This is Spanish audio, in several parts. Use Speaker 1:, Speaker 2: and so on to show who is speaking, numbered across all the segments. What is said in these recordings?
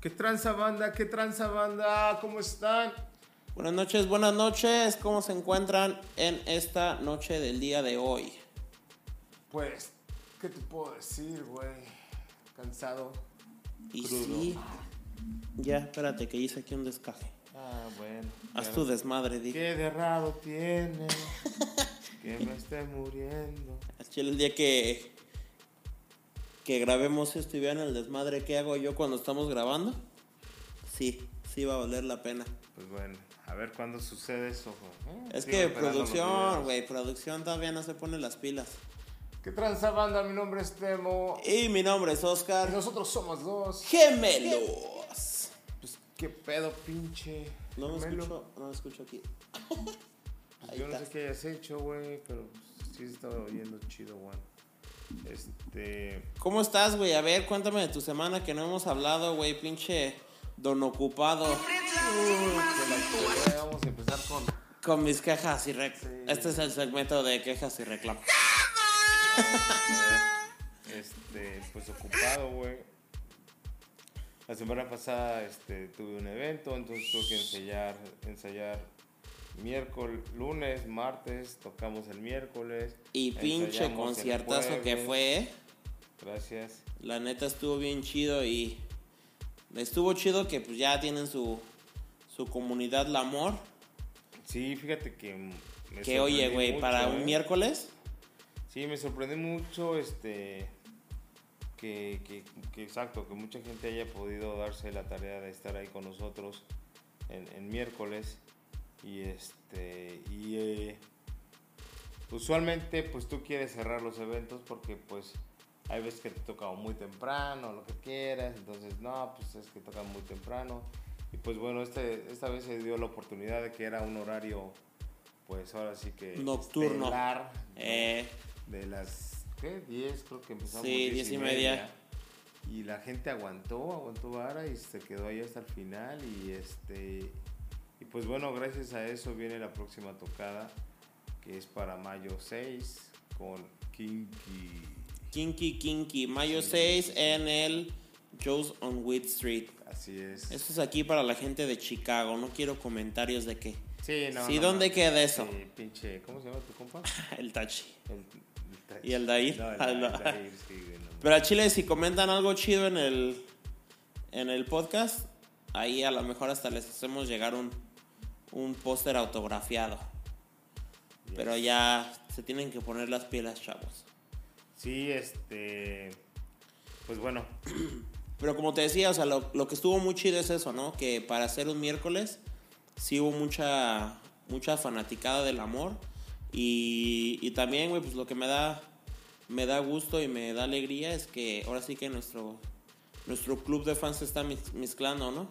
Speaker 1: ¿Qué tranza banda? ¿Qué tranza banda? Ah, ¿Cómo están?
Speaker 2: Buenas noches, buenas noches. ¿Cómo se encuentran en esta noche del día de hoy?
Speaker 1: Pues, ¿qué te puedo decir, güey? Cansado.
Speaker 2: Y
Speaker 1: Crudo.
Speaker 2: sí. Ya, espérate, que hice aquí un descaje.
Speaker 1: Ah, bueno.
Speaker 2: Haz tu desmadre, di.
Speaker 1: ¿Qué de raro tiene? que me esté muriendo.
Speaker 2: Al chile, el día que, que grabemos esto y vean el desmadre que hago yo cuando estamos grabando, sí, sí va a valer la pena.
Speaker 1: Pues bueno, a ver cuándo sucede eso, güey. ¿eh?
Speaker 2: Es
Speaker 1: Sigo
Speaker 2: que
Speaker 1: esperando los videos.
Speaker 2: producción, güey, producción todavía no se pone las pilas.
Speaker 1: ¿Qué tranza banda? Mi nombre es Temo.
Speaker 2: Y mi nombre es
Speaker 1: Y
Speaker 2: Oscar
Speaker 1: Nosotros somos dos.
Speaker 2: Gemelos.
Speaker 1: Pues, ¿qué pedo, pinche?
Speaker 2: No me
Speaker 1: gemelo?
Speaker 2: escucho, no me escucho aquí.
Speaker 1: Pues,
Speaker 2: Ahí
Speaker 1: yo no
Speaker 2: está.
Speaker 1: sé qué hayas hecho, güey, pero pues, sí estaba oyendo chido, güey. Este.
Speaker 2: ¿Cómo estás, güey? A ver, cuéntame de tu semana que no hemos hablado, güey, pinche don ocupado.
Speaker 1: que la- Vamos a empezar con.
Speaker 2: Con mis quejas y rec...
Speaker 1: Sí.
Speaker 2: Este es el segmento de quejas y reclamos.
Speaker 1: Este, pues ocupado, güey. La semana pasada este, tuve un evento, entonces tuve que ensayar, ensayar miércoles, lunes, martes, tocamos el miércoles.
Speaker 2: Y pinche
Speaker 1: ensayamos el
Speaker 2: conciertazo que
Speaker 1: jueves.
Speaker 2: fue, ¿eh?
Speaker 1: Gracias.
Speaker 2: La neta estuvo bien chido y estuvo chido que pues ya tienen su, su comunidad La Amor.
Speaker 1: Sí, fíjate que me
Speaker 2: que oye,
Speaker 1: sorprendí
Speaker 2: güey,
Speaker 1: mucho,
Speaker 2: para
Speaker 1: eh.
Speaker 2: un miércoles,
Speaker 1: Sí, me sorprende mucho este que, que- que, exacto, que mucha gente haya podido darse la tarea de estar ahí con nosotros en, en miércoles. Y este. Y eh, usualmente pues tú quieres cerrar los eventos porque pues hay veces que te toca o muy temprano, lo que quieras, entonces no, pues es que tocan muy temprano. Y pues bueno, este, esta vez se dio la oportunidad de que era un horario, pues ahora sí que...
Speaker 2: Nocturno.
Speaker 1: estelar, ¿no?
Speaker 2: eh,
Speaker 1: De las, ¿qué? 10 creo que empezamos.
Speaker 2: Sí, 10 y media.
Speaker 1: Y la gente aguantó, aguantó vara y se quedó ahí hasta el final. Y este y pues bueno, gracias a eso viene la próxima tocada, que es para mayo 6 con Kinky.
Speaker 2: Kinky Kinky, mayo
Speaker 1: Sí.
Speaker 2: 6 en el Joe's on Wheat Street.
Speaker 1: Así es.
Speaker 2: Esto es aquí para la gente de Chicago, no quiero comentarios de que
Speaker 1: Sí, no.
Speaker 2: Sí,
Speaker 1: no,
Speaker 2: ¿dónde
Speaker 1: no.
Speaker 2: queda eso?
Speaker 1: Sí, pinche, ¿cómo se llama tu compa?
Speaker 2: el tachi.
Speaker 1: El, el Tach.
Speaker 2: ¿Y el Dair?
Speaker 1: No, el,
Speaker 2: Ah,
Speaker 1: el
Speaker 2: no.
Speaker 1: Dair, sí, güey, no,
Speaker 2: Pero a Chile, si comentan algo chido en el, en el podcast, ahí a lo mejor hasta les hacemos llegar un, un póster autografiado.
Speaker 1: Yes.
Speaker 2: Pero ya se tienen que poner las pilas, chavos.
Speaker 1: Sí, este. Pues bueno,
Speaker 2: Pero como te decía, o sea, lo, lo que estuvo muy chido es eso, ¿no? Que para hacer un miércoles sí hubo mucha, mucha fanaticada del amor. Y, y también, güey, pues lo que me da, me da gusto y me da alegría es que ahora sí que nuestro, nuestro club de fans se está mez- mezclando, ¿no?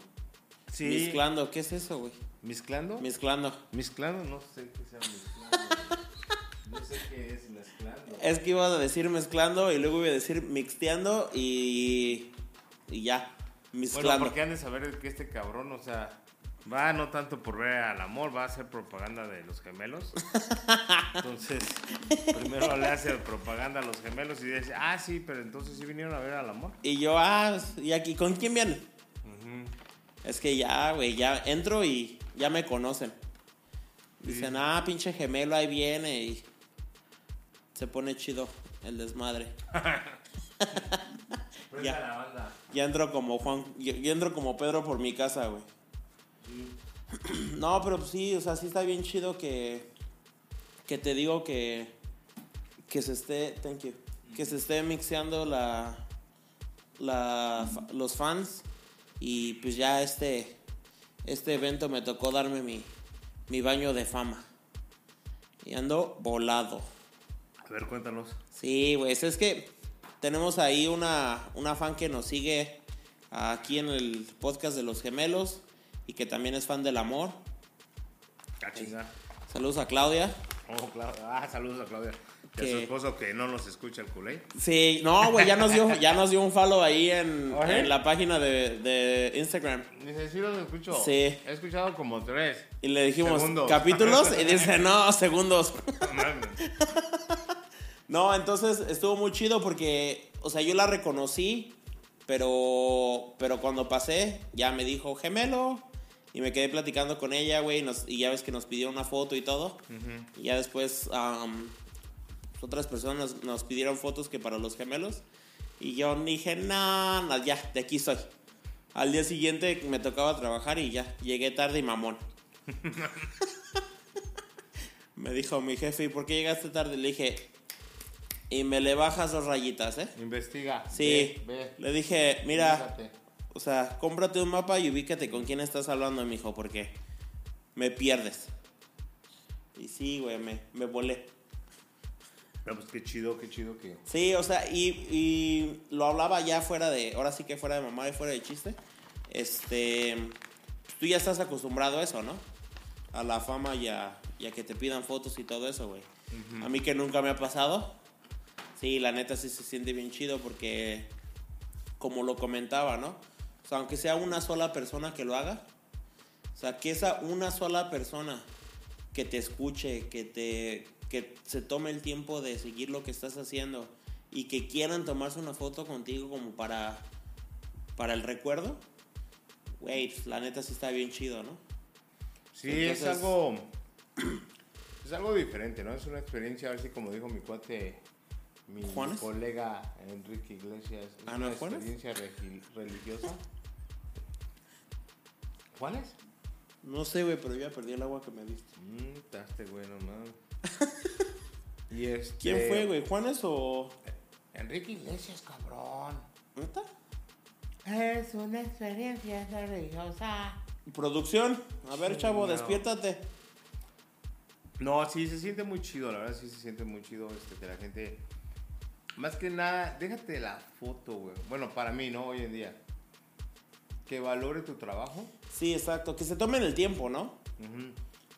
Speaker 1: sí.
Speaker 2: Mezclando, ¿qué es eso, güey?
Speaker 1: ¿Mezclando?
Speaker 2: Mezclando.
Speaker 1: Mezclando, no sé qué sea mezclando. no sé qué es mezclando.
Speaker 2: Es que iba a decir mezclando y luego iba a decir mixteando y, y ya.
Speaker 1: Bueno,
Speaker 2: Mezclando.
Speaker 1: porque han de saber que este cabrón, o sea, va no tanto por ver al amor, va a hacer propaganda de los gemelos. Entonces, primero le hace propaganda a los gemelos y dice, ah, sí, pero entonces sí vinieron a ver al amor.
Speaker 2: Y yo, ah, ¿y aquí con quién vienen? Es que ya, güey, ya entro y ya me conocen. Dicen, ah, pinche gemelo, ahí viene. Y se pone chido el desmadre.
Speaker 1: Presta
Speaker 2: Ya.
Speaker 1: la banda.
Speaker 2: Ya entro como Juan, yo, yo entro como Pedro por mi casa, güey. No, pero pues sí, o sea, sí está bien chido que, que te digo que, que se esté, thank you, que se esté mixeando la, la, fa- los fans y pues ya este, este evento me tocó darme mi, mi baño de fama. Y ando volado.
Speaker 1: A ver, cuéntanos.
Speaker 2: Sí, güey, es que tenemos ahí una, una fan que nos sigue aquí en el podcast de los gemelos y que también es fan del amor.
Speaker 1: A chingar.
Speaker 2: Saludos a Claudia.
Speaker 1: Ah, Oh, Clau- Ah, saludos a Claudia. Y a su
Speaker 2: ¿Qué?
Speaker 1: esposo que no nos escucha el culé.
Speaker 2: Sí, no, güey, ya nos dio, ya nos dio un follow ahí en,
Speaker 1: Ajá.
Speaker 2: en la página de, de Instagram.
Speaker 1: Dice, sí los escucho.
Speaker 2: Sí.
Speaker 1: He escuchado como tres.
Speaker 2: Y le dijimos,
Speaker 1: Segundos.
Speaker 2: ¿capítulos? Y dice, no, segundos.
Speaker 1: No mames.
Speaker 2: No, entonces estuvo muy chido porque, o sea, yo la reconocí Pero, pero cuando pasé, ya me dijo gemelo. Y me quedé platicando con ella, güey. Y, nos- y ya ves que nos pidió una foto y todo. Y ya después am, otras personas nos, nos pidieron fotos que para los gemelos. Y yo dije, no, no, ya, de aquí soy. Al día siguiente me tocaba trabajar y ya, llegué tarde y mamón. me dijo mi jefe, ¿y por qué llegaste tarde? Le dije, y me le bajas dos rayitas, ¿eh?
Speaker 1: Investiga.
Speaker 2: Sí,
Speaker 1: Ve, ve,
Speaker 2: le dije, mira,
Speaker 1: fíjate.
Speaker 2: o sea, cómprate un mapa y ubícate con quién estás hablando, mijo, porque me pierdes. Y sí, güey, me, me volé.
Speaker 1: No, pues qué chido, qué chido que.
Speaker 2: Sí, o sea, y, y lo hablaba ya fuera de, ahora sí que fuera de mamá y fuera de chiste. Este, tú ya estás acostumbrado a eso, ¿no? A la fama y a, y a que te pidan fotos y todo eso, güey. A mí que nunca me ha pasado. Sí, la neta sí se siente bien chido porque, como lo comentaba, ¿no? O sea, aunque sea una sola persona que lo haga, o sea, que esa una sola persona que te escuche, que te que se tome el tiempo de seguir lo que estás haciendo y que quieran tomarse una foto contigo como para para el recuerdo. Güey, pues, la neta sí está bien chido, ¿no?
Speaker 1: Sí, es
Speaker 2: Entonces-
Speaker 1: algo. Es algo diferente, ¿no? Es una experiencia, a ver si como dijo mi cuate, mi
Speaker 2: ¿Juanes?
Speaker 1: colega Enrique Iglesias. Es
Speaker 2: Ah, ¿no
Speaker 1: una
Speaker 2: es Juanes?
Speaker 1: experiencia regi- religiosa. ¿Juanes?
Speaker 2: No sé, güey, pero yo ya perdí el agua que me diste.
Speaker 1: Mm, taste, güey, no mames. y este,
Speaker 2: ¿Quién fue, güey? ¿Juanes o
Speaker 1: Enrique Iglesias, cabrón.
Speaker 2: neta?
Speaker 1: Es una experiencia religiosa.
Speaker 2: Producción. A ver,
Speaker 1: Sí,
Speaker 2: chavo,
Speaker 1: no.
Speaker 2: despiértate.
Speaker 1: No, sí, se siente muy chido, la verdad sí se siente muy chido este, que la gente... Más que nada, déjate la foto, güey. Bueno, para mí, ¿no? Hoy en día. Que valore tu trabajo.
Speaker 2: Sí, exacto, que se tomen el tiempo, ¿no?
Speaker 1: Ujú.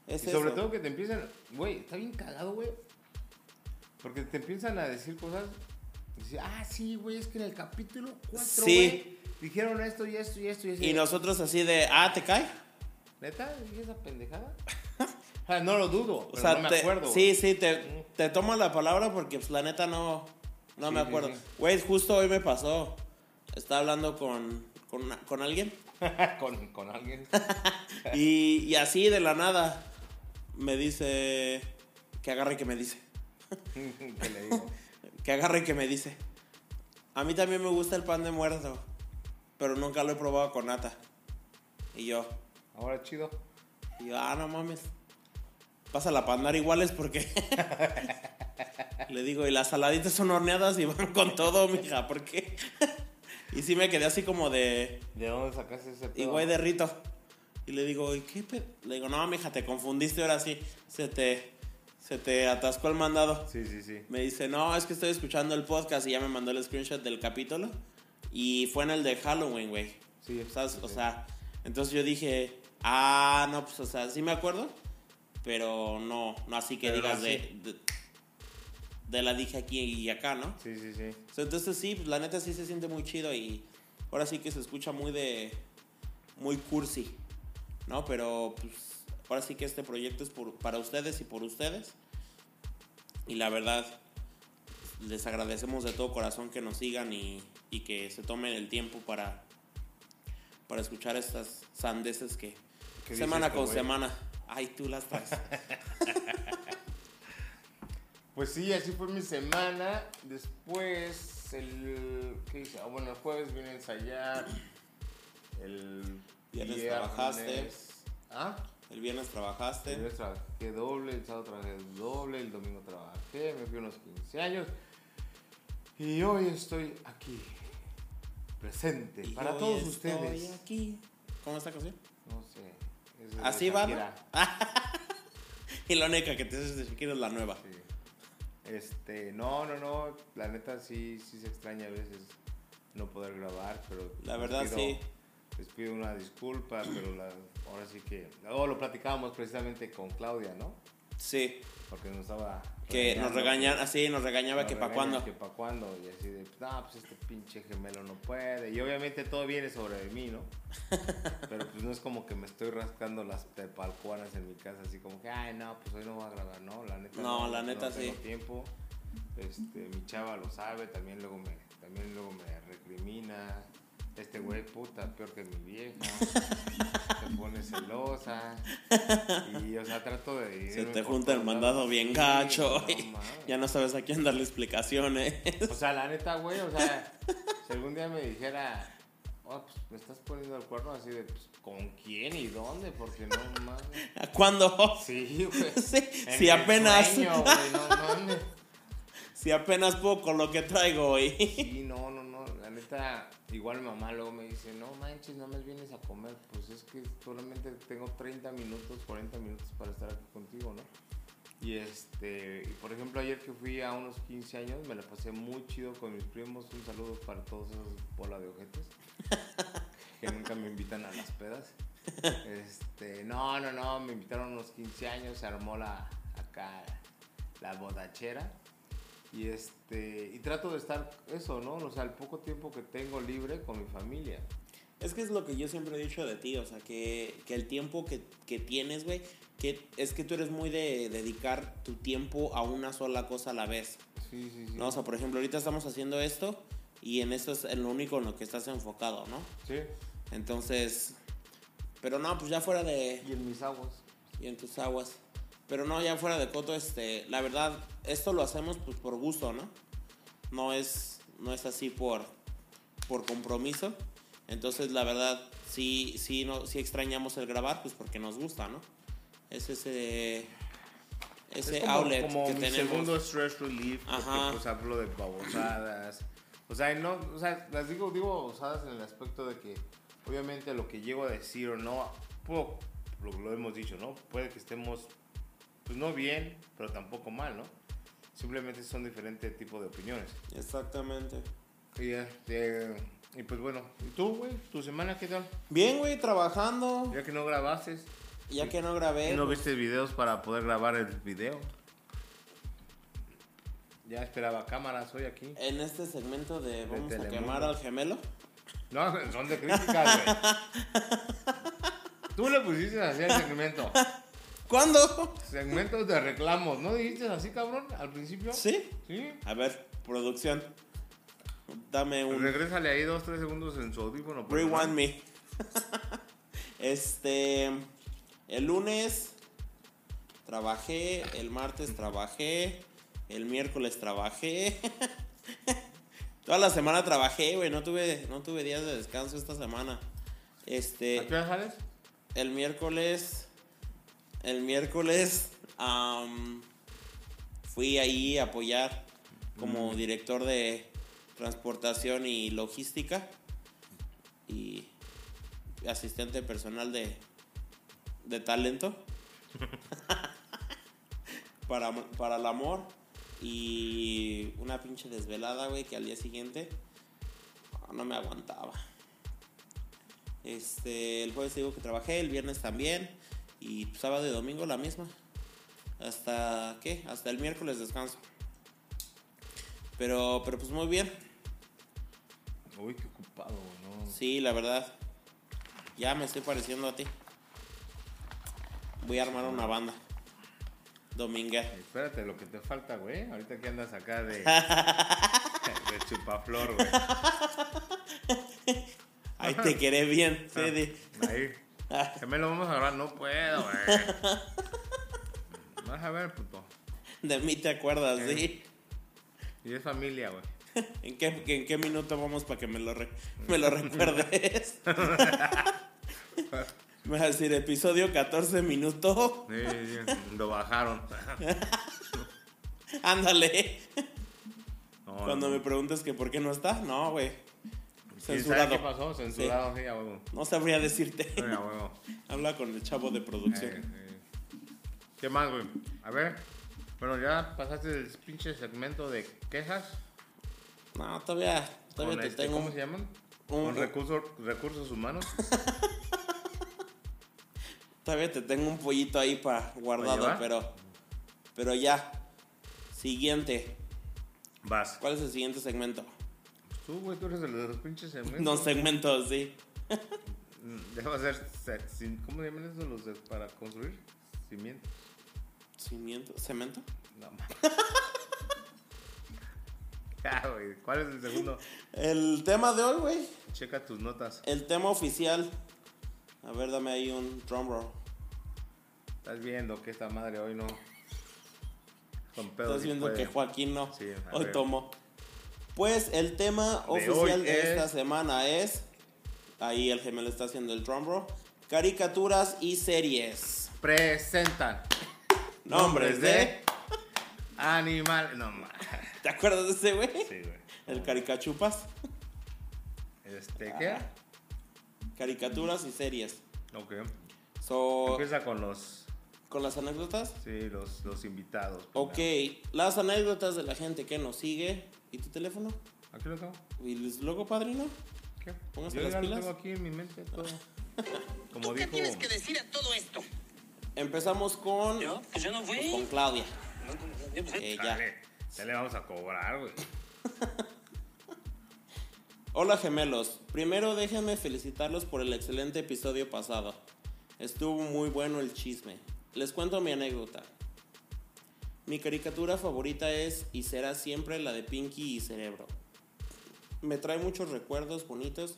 Speaker 2: Es
Speaker 1: y sobre
Speaker 2: eso.
Speaker 1: todo que te empiezan... Güey, está bien cagado, güey. Porque te empiezan a decir cosas... y dices, ah, sí, güey, es que en el capítulo 4,
Speaker 2: Sí.
Speaker 1: Dijeron esto y esto y esto y esto.
Speaker 2: y nosotros así de, ah, ¿te cae?
Speaker 1: ¿Neta? ¿Dije esa pendejada? o sea, no lo dudo, pero
Speaker 2: O sea,
Speaker 1: no me
Speaker 2: te-
Speaker 1: acuerdo.
Speaker 2: sí,
Speaker 1: güey.
Speaker 2: sí, te, te tomo la palabra porque pues, la neta no, no
Speaker 1: Sí,
Speaker 2: me
Speaker 1: sí,
Speaker 2: acuerdo.
Speaker 1: sí.
Speaker 2: Güey, justo hoy me pasó. Estaba hablando con, con, una- con alguien
Speaker 1: con, con alguien.
Speaker 2: y, y así de la nada me dice que agarre que me dice.
Speaker 1: que le digo.
Speaker 2: Que agarre que me dice. A mí también me gusta el pan de muerto, pero nunca lo he probado con nata. Y yo,
Speaker 1: Ahora chido.
Speaker 2: y yo ah, no mames. Pásala para andar iguales porque. Le digo, y las saladitas son horneadas y van con todo, mija, ¿por qué? y sí me quedé así como de.
Speaker 1: ¿De dónde sacaste ese
Speaker 2: Y
Speaker 1: pedo?
Speaker 2: güey de rito. Y le digo, ¿y qué pedo? Le digo, no, mija, te confundiste ahora sí. Se te. Se te atascó el mandado.
Speaker 1: Sí, sí, sí.
Speaker 2: Me dice, no, es que estoy escuchando el podcast y ya me mandó el screenshot del capítulo. Y fue en el de Halloween, güey.
Speaker 1: Sí,
Speaker 2: ¿Sabes?
Speaker 1: sí,
Speaker 2: O
Speaker 1: sí.
Speaker 2: sea, entonces yo dije, ah, no, pues, o sea, sí me acuerdo, pero no, no así que
Speaker 1: Pero no
Speaker 2: digas de, de, de la dije aquí y acá, ¿no?
Speaker 1: Sí, sí, sí.
Speaker 2: O sea, entonces sí, pues, la neta sí se siente muy chido y ahora sí que se escucha muy de, muy cursi, ¿no? Pero pues ahora sí que este proyecto es por, para ustedes y por ustedes. Y la verdad, les agradecemos de todo corazón que nos sigan y, y que se tomen el tiempo para, para escuchar estas sandeces que
Speaker 1: ¿Qué
Speaker 2: semana
Speaker 1: dices tú,
Speaker 2: con
Speaker 1: güey?
Speaker 2: semana. Ay, tú las traes.
Speaker 1: Pues sí, así fue mi semana. Después, el. ¿Qué hice? Ah, bueno, el jueves vine a ensayar. El.
Speaker 2: Viernes trabajaste.
Speaker 1: Ah,
Speaker 2: El viernes trabajaste.
Speaker 1: el viernes trabajé doble, el sábado trabajé doble, el domingo trabajé, me fui a unos 15 años. Y hoy estoy aquí, presente,
Speaker 2: Y
Speaker 1: para
Speaker 2: hoy
Speaker 1: todos
Speaker 2: estoy
Speaker 1: ustedes.
Speaker 2: aquí. ¿Cómo está la canción?
Speaker 1: No sé. es de
Speaker 2: Así va, ¿no?
Speaker 1: Shakira.
Speaker 2: Y la única que te haces de Shakira es la nueva.
Speaker 1: Sí. Este, no, no, no. La neta sí, sí se extraña a veces no poder grabar, pero.
Speaker 2: La
Speaker 1: les
Speaker 2: verdad,
Speaker 1: pido-
Speaker 2: sí.
Speaker 1: Les pido una disculpa, pero la- ahora sí que. Oh, lo platicábamos precisamente con Claudia, ¿no?
Speaker 2: Sí.
Speaker 1: Porque nos estaba.
Speaker 2: Que nos regañan,
Speaker 1: regañando,
Speaker 2: así nos regañaba
Speaker 1: nos
Speaker 2: que para
Speaker 1: regañan
Speaker 2: cuándo.
Speaker 1: Que para cuándo. Y así de, no, pues este pinche gemelo no puede. Y obviamente todo viene sobre mí, ¿no? Pero pues no es como que me estoy rascando las tepalcuanas en mi casa, así como que, ay, no, pues hoy no voy a grabar, ¿no? La neta.
Speaker 2: No, la neta
Speaker 1: tengo
Speaker 2: sí.
Speaker 1: tiempo. Este, mi chava lo sabe, también luego me, también luego me recrimina. Este güey, puta, peor que mi vieja. se pone celosa. Y, o sea, trato de.
Speaker 2: Se
Speaker 1: irme
Speaker 2: te
Speaker 1: por
Speaker 2: junta el
Speaker 1: todos
Speaker 2: mandado
Speaker 1: lados.
Speaker 2: bien
Speaker 1: Sí,
Speaker 2: gacho.
Speaker 1: no
Speaker 2: y
Speaker 1: mames.
Speaker 2: ya no sabes a quién darle ¿eh? explicaciones.
Speaker 1: O sea, la neta, güey, o sea, si algún día me dijera, oh, pues me estás poniendo el cuerno así de, pues, ¿con quién y dónde? Porque no mames.
Speaker 2: ¿A ¿Cuándo?
Speaker 1: Sí, güey.
Speaker 2: Sí,
Speaker 1: En
Speaker 2: si
Speaker 1: el
Speaker 2: apenas,
Speaker 1: Sueño, güey, no mames.
Speaker 2: si apenas puedo con lo que traigo hoy.
Speaker 1: Sí, no, no, no. La neta, igual mi mamá luego me dice, no manches, nada más vienes a comer. Pues es que solamente tengo 30 minutos, 40 minutos para estar aquí contigo, ¿no? Y este, y por ejemplo, ayer que fui a unos 15 años, me la pasé muy chido con mis primos. Un saludo para todos esos bola de ojetes que nunca me invitan a las pedas. Este, no, no, no, me invitaron a unos 15 años, se armó la acá la bodachera. Y este, y trato de estar eso, ¿no? O sea, el poco tiempo que tengo libre con mi familia.
Speaker 2: Es que es lo que yo siempre he dicho de ti, o sea, que, que el tiempo que, que tienes, güey, que es que tú eres muy de dedicar tu tiempo a una sola cosa a la vez.
Speaker 1: Sí, sí, sí.
Speaker 2: ¿no? O sea, por ejemplo, ahorita estamos haciendo esto y en esto es en lo único en lo que estás enfocado, ¿no?
Speaker 1: Sí.
Speaker 2: Entonces, pero no, pues ya fuera de,
Speaker 1: Y en mis aguas.
Speaker 2: y en tus aguas. Pero no, ya fuera de coto, este, la verdad, esto lo hacemos pues por gusto, ¿no? No es, no es así por, por compromiso. Entonces, la verdad, sí, sí, no, sí extrañamos el grabar, pues porque nos gusta, ¿no? Es ese, ese
Speaker 1: es como,
Speaker 2: outlet
Speaker 1: como
Speaker 2: que
Speaker 1: mi
Speaker 2: tenemos.
Speaker 1: segundo stress relief porque
Speaker 2: Ajá.
Speaker 1: pues hablo de babosadas o sea y no o sea las digo digo babosadas en el aspecto de que obviamente lo que llego a decir o no puedo- lo, lo hemos dicho no puede que estemos pues no bien pero tampoco mal no simplemente son diferentes tipos de opiniones
Speaker 2: Exactamente.
Speaker 1: y, este, y pues bueno y tú güey tu semana qué tal
Speaker 2: Bien, güey, trabajando.
Speaker 1: ya que no grabaste
Speaker 2: Ya que no grabé. pues,
Speaker 1: ¿y no viste videos para poder grabar el video ya esperaba cámaras hoy aquí
Speaker 2: En este segmento de vamos a
Speaker 1: Telemundo.
Speaker 2: quemar al gemelo.
Speaker 1: No, son de críticas, güey. Tú le pusiste así al segmento.
Speaker 2: ¿Cuándo?
Speaker 1: Segmentos de reclamos. ¿No dijiste así, cabrón? Al principio.
Speaker 2: Sí.
Speaker 1: Sí.
Speaker 2: A ver, producción. Dame un
Speaker 1: Regrésale ahí dos, tres segundos en su audífono. por favor.
Speaker 2: rewind me. este el lunes trabajé, el martes trabajé, el miércoles trabajé. Toda la semana trabajé, güey, no tuve no tuve días de descanso esta semana. Este
Speaker 1: ¿A qué hora sales?
Speaker 2: El miércoles. El miércoles. am, fui ahí a apoyar como director de transportación y logística. Y asistente personal de, de talento. para, para el amor. Y una pinche desvelada, güey, que al día siguiente no me aguantaba. Este, el jueves te digo que trabajé, el viernes también. Y pues, sábado y domingo la misma. Hasta, ¿qué? Hasta el miércoles descanso. Pero, pero pues muy bien.
Speaker 1: Uy, qué ocupado, güey, ¿no?
Speaker 2: Sí, la verdad. Ya me estoy pareciendo a ti. Voy a armar una banda. Dominguez.
Speaker 1: Espérate, lo que te falta, güey. Ahorita que andas acá de. de chupaflor, güey.
Speaker 2: Ahí te queré bien,
Speaker 1: Ah,
Speaker 2: Fede.
Speaker 1: Ahí. Ya me lo vamos a grabar. No puedo, güey. Vas a ver, puto.
Speaker 2: De mí te acuerdas, ¿sí?
Speaker 1: Y es familia, güey.
Speaker 2: ¿En qué, en qué minuto vamos para que me lo, re- me lo recuerdes? Me vas a decir, episodio 14 minuto.
Speaker 1: Sí, sí, sí, lo bajaron.
Speaker 2: Ándale.
Speaker 1: No,
Speaker 2: Cuando
Speaker 1: no.
Speaker 2: me preguntes que por qué no está, no, güey.
Speaker 1: ¿Quién sabe
Speaker 2: Censurado.
Speaker 1: qué pasó? Censurado, sí, a huevo.
Speaker 2: No sabría decirte.
Speaker 1: Sí, a huevo.
Speaker 2: Habla con el chavo de
Speaker 1: Eh,
Speaker 2: producción.
Speaker 1: eh. ¿Qué más, güey? A ver. Bueno, ya pasaste el pinche segmento de quejas.
Speaker 2: No, todavía,
Speaker 1: Con
Speaker 2: todavía te
Speaker 1: este,
Speaker 2: tengo.
Speaker 1: ¿Cómo se llaman?
Speaker 2: un-
Speaker 1: Con recursos, recursos humanos.
Speaker 2: Todavía te tengo un pollito ahí para guardado,
Speaker 1: llevar?
Speaker 2: pero. Pero ya. Siguiente.
Speaker 1: Vas.
Speaker 2: ¿Cuál es el siguiente segmento?
Speaker 1: Tú, güey, tú eres el de los pinches segmentos.
Speaker 2: No segmentos, sí.
Speaker 1: Mm, Ya va a ser. se- sin- ¿Cómo se llaman esos los de- para construir? Cimientos.
Speaker 2: ¿Cimiento? ¿Cemento?
Speaker 1: No, ma- Ya, güey. ¿Cuál es el segundo?
Speaker 2: El tema de hoy, güey.
Speaker 1: Checa tus notas.
Speaker 2: El tema oficial. A ver, dame ahí un drum roll.
Speaker 1: Estás viendo que esta madre hoy no. Con pedo
Speaker 2: Estás
Speaker 1: sí
Speaker 2: viendo
Speaker 1: puede.
Speaker 2: que Joaquín no.
Speaker 1: Sí, a
Speaker 2: hoy
Speaker 1: ver.
Speaker 2: tomó. Pues el tema
Speaker 1: De
Speaker 2: oficial
Speaker 1: hoy
Speaker 2: de
Speaker 1: es-
Speaker 2: esta semana es. Ahí el gemelo está haciendo el drum roll. Caricaturas y series.
Speaker 1: Presentan.
Speaker 2: Nombres de.
Speaker 1: Animal. No más.
Speaker 2: ¿Te acuerdas de ese, güey?
Speaker 1: Sí, güey.
Speaker 2: El caricachupas.
Speaker 1: Este, ¿qué?
Speaker 2: Ah. Caricaturas y series.
Speaker 1: Ok.
Speaker 2: So,
Speaker 1: Empieza con los.
Speaker 2: con las anécdotas.
Speaker 1: Sí, los, los invitados.
Speaker 2: Ok,
Speaker 1: primero.
Speaker 2: las anécdotas de la gente que nos sigue. ¿Y tu teléfono?
Speaker 1: Aquí lo tengo.
Speaker 2: ¿Y pues, luego, padrino?
Speaker 1: ¿Qué?
Speaker 2: Póngase
Speaker 1: Yo
Speaker 2: las
Speaker 1: ya lo
Speaker 2: pilas.
Speaker 1: tengo aquí en mi mente todo. Como
Speaker 3: ¿Tú qué
Speaker 1: dijo.
Speaker 3: tienes que decir a todo esto?
Speaker 2: Empezamos con,
Speaker 3: Yo, pues yo no fui.
Speaker 2: con Claudia.
Speaker 3: Yo, pues,
Speaker 2: Eh, ya.
Speaker 1: Dale, ya le vamos a cobrar, güey. Eh,
Speaker 2: Hola gemelos, primero déjenme felicitarlos por el excelente episodio pasado. Estuvo muy bueno el chisme. Les cuento mi anécdota. Mi caricatura favorita es y será siempre la de Pinky y Cerebro. Me trae muchos recuerdos bonitos.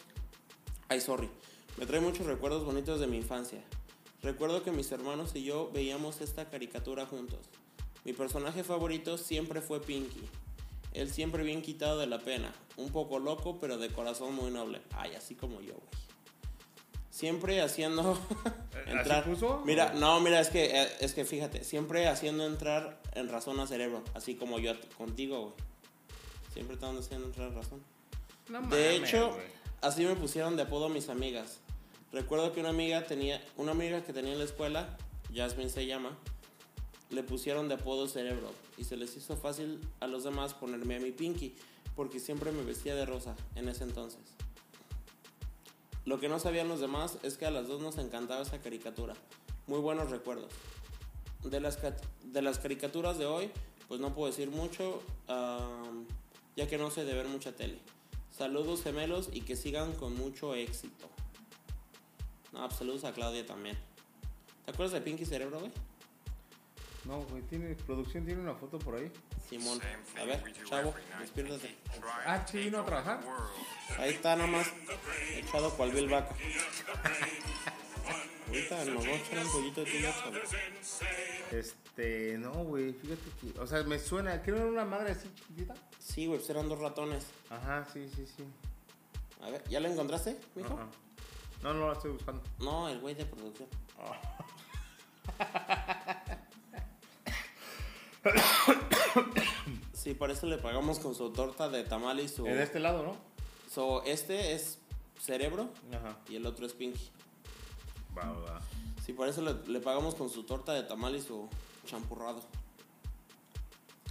Speaker 2: Ay, sorry. Me trae muchos recuerdos bonitos de mi infancia. Recuerdo que mis hermanos y yo veíamos esta caricatura juntos. Mi personaje favorito siempre fue Pinky. Él siempre bien quitado de la pena, un poco loco, pero de corazón muy noble. Ay, así como yo, güey. Siempre haciendo
Speaker 1: ¿Así
Speaker 2: entrar.
Speaker 1: puso?
Speaker 2: Mira, no, mira, es que eh, es que fíjate, siempre haciendo entrar en razón a cerebro, así como yo a ti- contigo, güey. Siempre te ando haciendo entrar en razón.
Speaker 1: No
Speaker 2: De
Speaker 1: mames,
Speaker 2: hecho,
Speaker 1: güey.
Speaker 2: así me pusieron de apodo mis amigas. Recuerdo que una amiga tenía, una amiga que tenía en la escuela, Jasmine se llama, le pusieron de apodo cerebro y se les hizo fácil a los demás ponerme a mi Pinky porque siempre me vestía de rosa en ese entonces. Lo que no sabían los demás es que a las dos nos encantaba esa caricatura. Muy buenos recuerdos. De las, cat- de las caricaturas de hoy, pues no puedo decir mucho, am, ya que no sé de ver mucha tele. Saludos gemelos y que sigan con mucho éxito. No, pues, saludos a Claudia también. ¿Te acuerdas de Pinky Cerebro, güey?
Speaker 1: No, güey, tiene, producción tiene una foto por ahí.
Speaker 2: Simón. A ver, chavo, despiértate.
Speaker 1: Ah, sí, vino a trabajar.
Speaker 2: Ahí está nomás echado cual vil vaca. Ahorita nos va a echar un pollito de tibia, chavo.
Speaker 1: Este, no, güey, fíjate que, o sea, me suena, creo que era una madre así chiquitita.
Speaker 2: Sí, güey, pues eran dos ratones.
Speaker 1: Ajá, sí, sí, sí.
Speaker 2: A ver, ¿ya la encontraste, mijo?
Speaker 1: Ajá. No, no la estoy buscando.
Speaker 2: No, el güey de producción. Sí, para eso le pagamos con su torta de tamal y su...
Speaker 1: En este lado, ¿no?
Speaker 2: So, este es cerebro
Speaker 1: Ajá.
Speaker 2: y el otro es Pinky.
Speaker 1: Va, va.
Speaker 2: Sí, por eso le, le pagamos con su torta de tamal y su champurrado.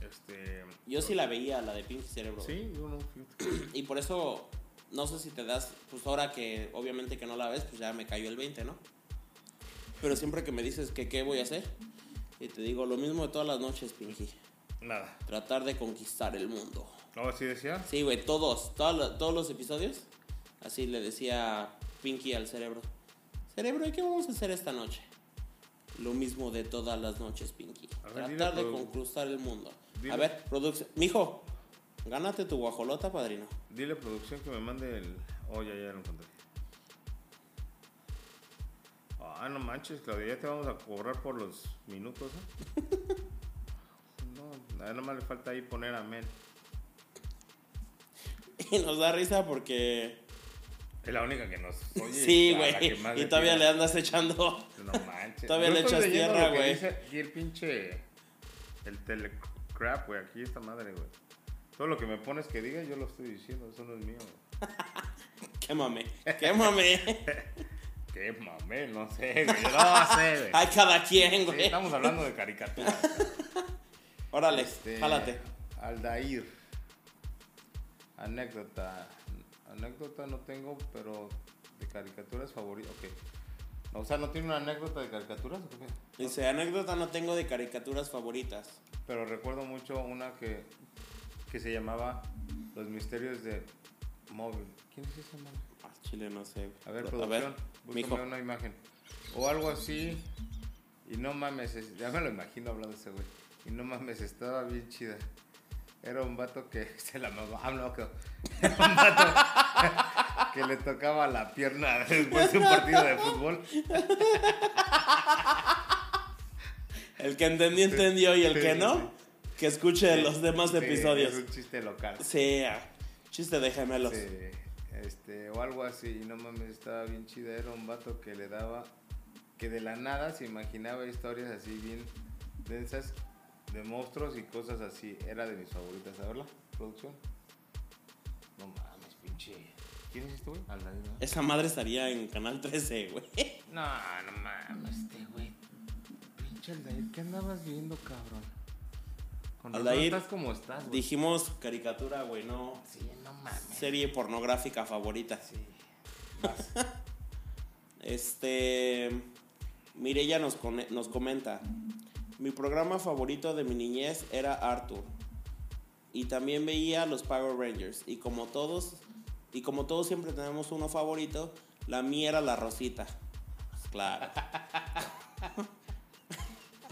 Speaker 1: Este.
Speaker 2: Yo sí la veía, la de Pinky Cerebro.
Speaker 1: Sí, yo no, fíjate.
Speaker 2: Y por eso, no sé si te das, pues ahora que obviamente que no la ves, pues ya me cayó el 20, ¿no? Pero siempre que me dices que qué voy a hacer, y te digo lo mismo de todas las noches, Pinky.
Speaker 1: Nada.
Speaker 2: Tratar de conquistar el mundo.
Speaker 1: ¿No así decía?
Speaker 2: Sí, güey, todos, todos, lo- todos los episodios, así le decía Pinky al cerebro. Cerebro, ¿y qué vamos a hacer esta noche? Lo mismo de todas las noches, Pinky.
Speaker 1: A ver, dile,
Speaker 2: Tratar de
Speaker 1: produ-
Speaker 2: conquistar el mundo.
Speaker 1: dile.
Speaker 2: A ver, producción. Mijo, gánate tu guajolota, padrino.
Speaker 1: Dile a producción que me mande el. Oh, ya, ya lo encontré. Ah, no manches, Claudia, ya te vamos a cobrar por los minutos, ¿eh? No, a él nomás le falta ahí poner amén.
Speaker 2: Y nos da risa porque.
Speaker 1: Es la única que nos oye.
Speaker 2: sí,
Speaker 1: a la que
Speaker 2: güey.
Speaker 1: más
Speaker 2: Y todavía le
Speaker 1: tira.
Speaker 2: andas echando.
Speaker 1: No manches.
Speaker 2: Todavía
Speaker 1: Yo
Speaker 2: le
Speaker 1: estoy
Speaker 2: echas
Speaker 1: leyendo
Speaker 2: tierra,
Speaker 1: lo que
Speaker 2: güey.
Speaker 1: dice Aquí el pinche. El telecrap, güey. Aquí esta madre, güey. Todo lo que me pones que diga, yo lo estoy diciendo. Eso no es mío. güey.
Speaker 2: Quémame, quémame.
Speaker 1: Qué mamé, no sé, güey. No sé, güey.
Speaker 2: Hay cada quien,
Speaker 1: Sí,
Speaker 2: güey.
Speaker 1: estamos hablando de caricaturas.
Speaker 2: Órale,
Speaker 1: Este,
Speaker 2: jálate.
Speaker 1: Aldair. Anécdota. Anécdota no tengo, pero de caricaturas favoritas. Ok. O sea, ¿no tiene una anécdota de caricaturas? ¿O qué?
Speaker 2: Dice: anécdota no tengo de caricaturas favoritas.
Speaker 1: pero recuerdo mucho una que, que se llamaba Los Misterios de Móvil. ¿Quién es esa madre?
Speaker 2: Ah, Chile, no sé. güey.
Speaker 1: A ver,
Speaker 2: a
Speaker 1: producción,
Speaker 2: ver,
Speaker 1: búscame
Speaker 2: mijo.
Speaker 1: una imagen. O algo así. Y no mames, es- ya me lo imagino hablando ese güey. Y no mames, estaba bien chida. Era un vato que se la mamaba, ah, no, que, era un vato que le tocaba la pierna después de un partido de fútbol.
Speaker 2: El que entendió, entendió y el que no, que escuche los demás
Speaker 1: Sí,
Speaker 2: episodios.
Speaker 1: Es un chiste local.
Speaker 2: Sí, ah, chiste de gemelos.
Speaker 1: Sí, este, o algo así, y no mames, estaba bien chida. Era un vato que le daba, que de la nada se imaginaba historias así bien densas de monstruos y cosas así. Era de mis favoritas. A verla, producción. No mames, pinche. ¿Quién es este güey? Aldaín, ¿no?
Speaker 2: Esa madre estaría en Canal 13, güey.
Speaker 1: No, no mames, este güey. Pinche Aldair, ¿qué andabas viendo, cabrón? Con razón
Speaker 2: Aldair,
Speaker 1: estás como estás, güey.
Speaker 2: Dijimos caricatura, güey, no.
Speaker 1: Sí, no mames.
Speaker 2: Serie pornográfica favorita.
Speaker 1: Sí. Vas.
Speaker 2: Este. Mirella nos, cone- nos comenta. Mi programa favorito de mi niñez era Arthur. Y también veía los Power Rangers. Y como todos, y como todos siempre tenemos uno favorito, la mía era la Rosita. Pues Claro.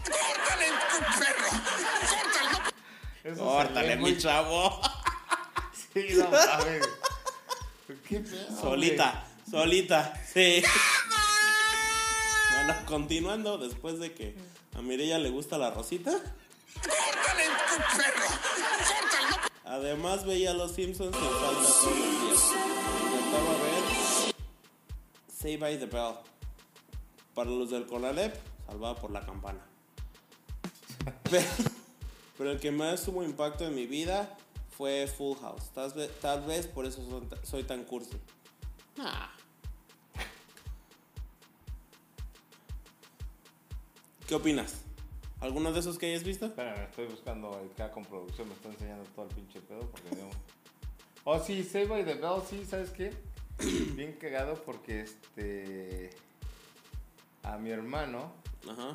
Speaker 3: ¡Córtale, tu perro! ¡Córtale! no!
Speaker 1: Eso
Speaker 2: Córtale,
Speaker 1: sería
Speaker 2: mi
Speaker 1: muy
Speaker 2: chavo.
Speaker 1: Sí, no mames. ¿Qué pedo,
Speaker 2: Solita, solita. Sí. Bueno, continuando, después de que a Mirella le gusta la Rosita.
Speaker 3: ¡Córtale, tu perro! ¡Córtale! no!
Speaker 2: Además veía a los Simpsons en falta todos los días. Intentaba ver Save by the Bell. Para los del Conalep, salvada por la campana. Pero, pero el que más tuvo impacto en mi vida fue Full House. Tal vez, tal vez por eso son ta- soy tan cursi. Ah. ¿Qué opinas? ¿Alguno de esos que hayas visto?
Speaker 1: Espérame, estoy buscando acá con producción, me está enseñando todo el pinche pedo porque no. Oh, sí, Save by the Bell, sí, ¿sabes qué? Bien cagado porque este. A mi hermano,
Speaker 2: Ajá.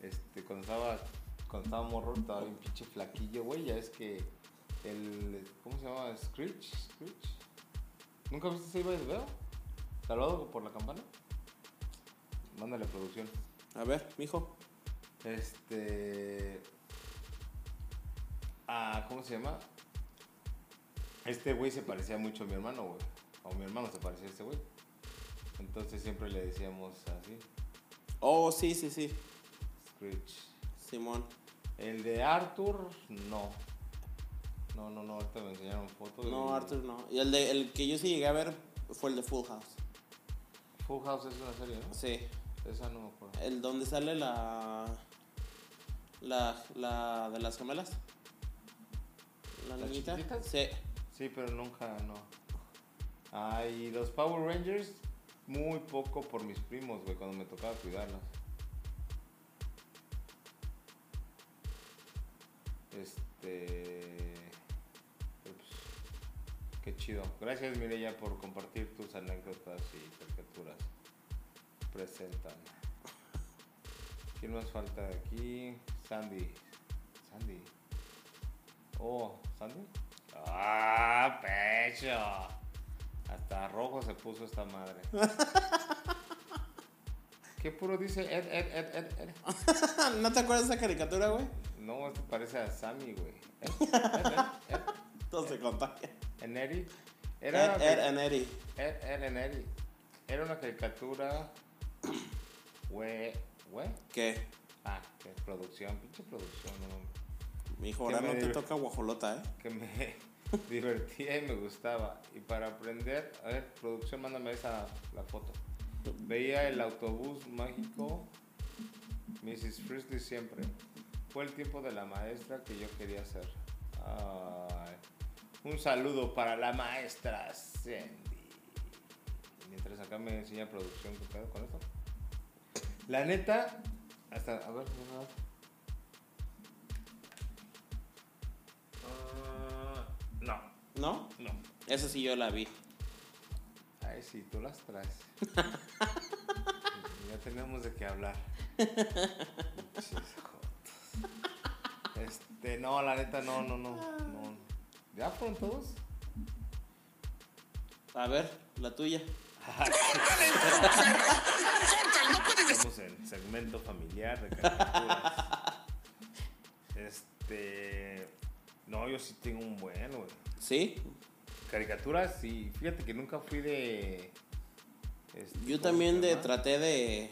Speaker 1: este, cuando estaba, cuando estaba morro, estaba bien pinche flaquillo, güey. Ya es que el. ¿Cómo se llama? Screech. Screech. ¿Nunca viste Save by the Bell? ¿Salvado por la campana? Mándale producción.
Speaker 2: A ver, mijo.
Speaker 1: Este. Ah, ¿cómo se llama? Este güey se parecía mucho a mi hermano, güey. O mi hermano se parecía a este güey. Entonces siempre le decíamos así,
Speaker 2: Oh, sí, sí, sí.
Speaker 1: Screech.
Speaker 2: Simón.
Speaker 1: El de Arthur, no. No, no, no, ahorita me enseñaron fotos.
Speaker 2: No,
Speaker 1: y-
Speaker 2: Arthur no. Y el, de, el que yo sí llegué a ver fue el de Full House.
Speaker 1: Full House es una serie, ¿no?
Speaker 2: Sí.
Speaker 1: Esa no me acuerdo.
Speaker 2: El donde sale la. La, la de las gemelas. La
Speaker 1: ¿Las
Speaker 2: niñita.
Speaker 1: chiquitas?
Speaker 2: Sí.
Speaker 1: Sí, pero nunca, no. Ah, y los Power Rangers, muy poco por mis primos, güey, cuando me tocaba cuidarlos. Este. pero pues, qué chido. Gracias, Mireya, por compartir tus anécdotas y caricaturas. Presentan. ¿Quién más falta de aquí? Sandy. Sandy. Oh, ¿Sandy? ¡Ah, pecho! Hasta rojo se puso esta madre. ¿Qué puro dice Ed, Ed, Ed, Ed, Ed?
Speaker 2: ¿No te acuerdas de esa caricatura, güey?
Speaker 1: No, esto parece a Sammy, güey. Ed, Ed, Ed, Ed.
Speaker 2: Todo se contagia.
Speaker 1: ¿En Eddie? Era
Speaker 2: Era
Speaker 1: una
Speaker 2: Ed,
Speaker 1: cari-
Speaker 2: and Eddie.
Speaker 1: Ed, Ed and Eddie. Era una caricatura. Güey. Güey.
Speaker 2: ¿Qué?
Speaker 1: Ah, qué producción, pinche producción, no mames.
Speaker 2: Mi hijo,
Speaker 1: ¿Qué
Speaker 2: ahora
Speaker 1: me
Speaker 2: no te
Speaker 1: digo?
Speaker 2: toca guajolota, ¿eh?
Speaker 1: que me divertía y me gustaba. Y para aprender, a ver, producción, mándame esa la foto. Veía el autobús mágico, Mrs. Frisley siempre. Fue el tiempo de la maestra que yo quería ser. Ay, un saludo para la maestra Sandy. Mientras acá me enseña producción, ¿qué pedo con esto? La neta, hasta, a ver, a ver. Ah, no,
Speaker 2: ¿No?
Speaker 1: no.
Speaker 2: Esa sí yo la vi.
Speaker 1: Ay, sí, tú las traes. ya tenemos de qué hablar. Pinches jotos. este, no, la neta, no, no, no. no. ¿Ya fueron todos?
Speaker 2: A ver, la tuya.
Speaker 3: ¡Córtale, no puedes
Speaker 1: Estamos en segmento familiar de caricaturas. Este. No, yo sí tengo un buen, güey.
Speaker 2: ¿Sí?
Speaker 1: Caricaturas, sí. Fíjate que nunca fui de. este, ¿cómo
Speaker 2: Yo
Speaker 1: se
Speaker 2: también de,
Speaker 1: llama?
Speaker 2: traté de,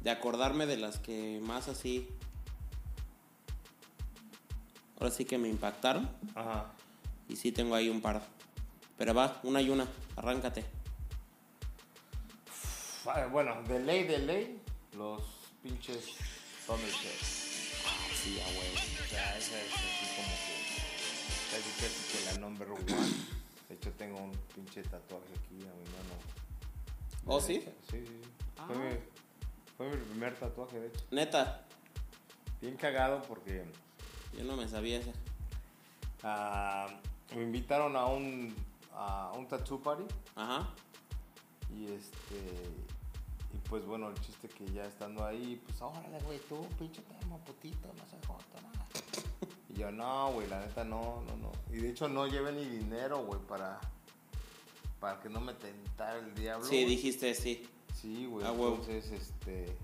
Speaker 2: de acordarme de las que más así. Ahora sí que me impactaron.
Speaker 1: Ajá.
Speaker 2: Y sí tengo ahí un par. Pero va, una y una. Arráncate.
Speaker 1: Fa- Ah, Bueno, de ley, de ley, los pinches Thundercats. Sí, a huevo. O sea, esa es así como que. Casi casi que la number one. De hecho, tengo un pinche tatuaje aquí a mi mano.
Speaker 2: ¿Oh, sí?
Speaker 1: derecha. Sí, sí, sí. Fue, mi, fue mi primer tatuaje, de hecho.
Speaker 2: Neta,
Speaker 1: Bien cagado porque
Speaker 2: yo no me sabía esa.
Speaker 1: ah, me invitaron a un, a un tattoo party.
Speaker 2: Ajá.
Speaker 1: Y este. Y pues bueno, el chiste que ya estando ahí, pues órale, güey, tú, pinche tema, putito, no seas joto, nada. Y yo, no, güey, la neta, no, no, no. Y de hecho, no llevé ni dinero, güey, para. Para que no me tentara el diablo.
Speaker 2: Sí,
Speaker 1: güey.
Speaker 2: dijiste sí.
Speaker 1: Sí, güey.
Speaker 2: Ah, huevo.
Speaker 1: entonces, este.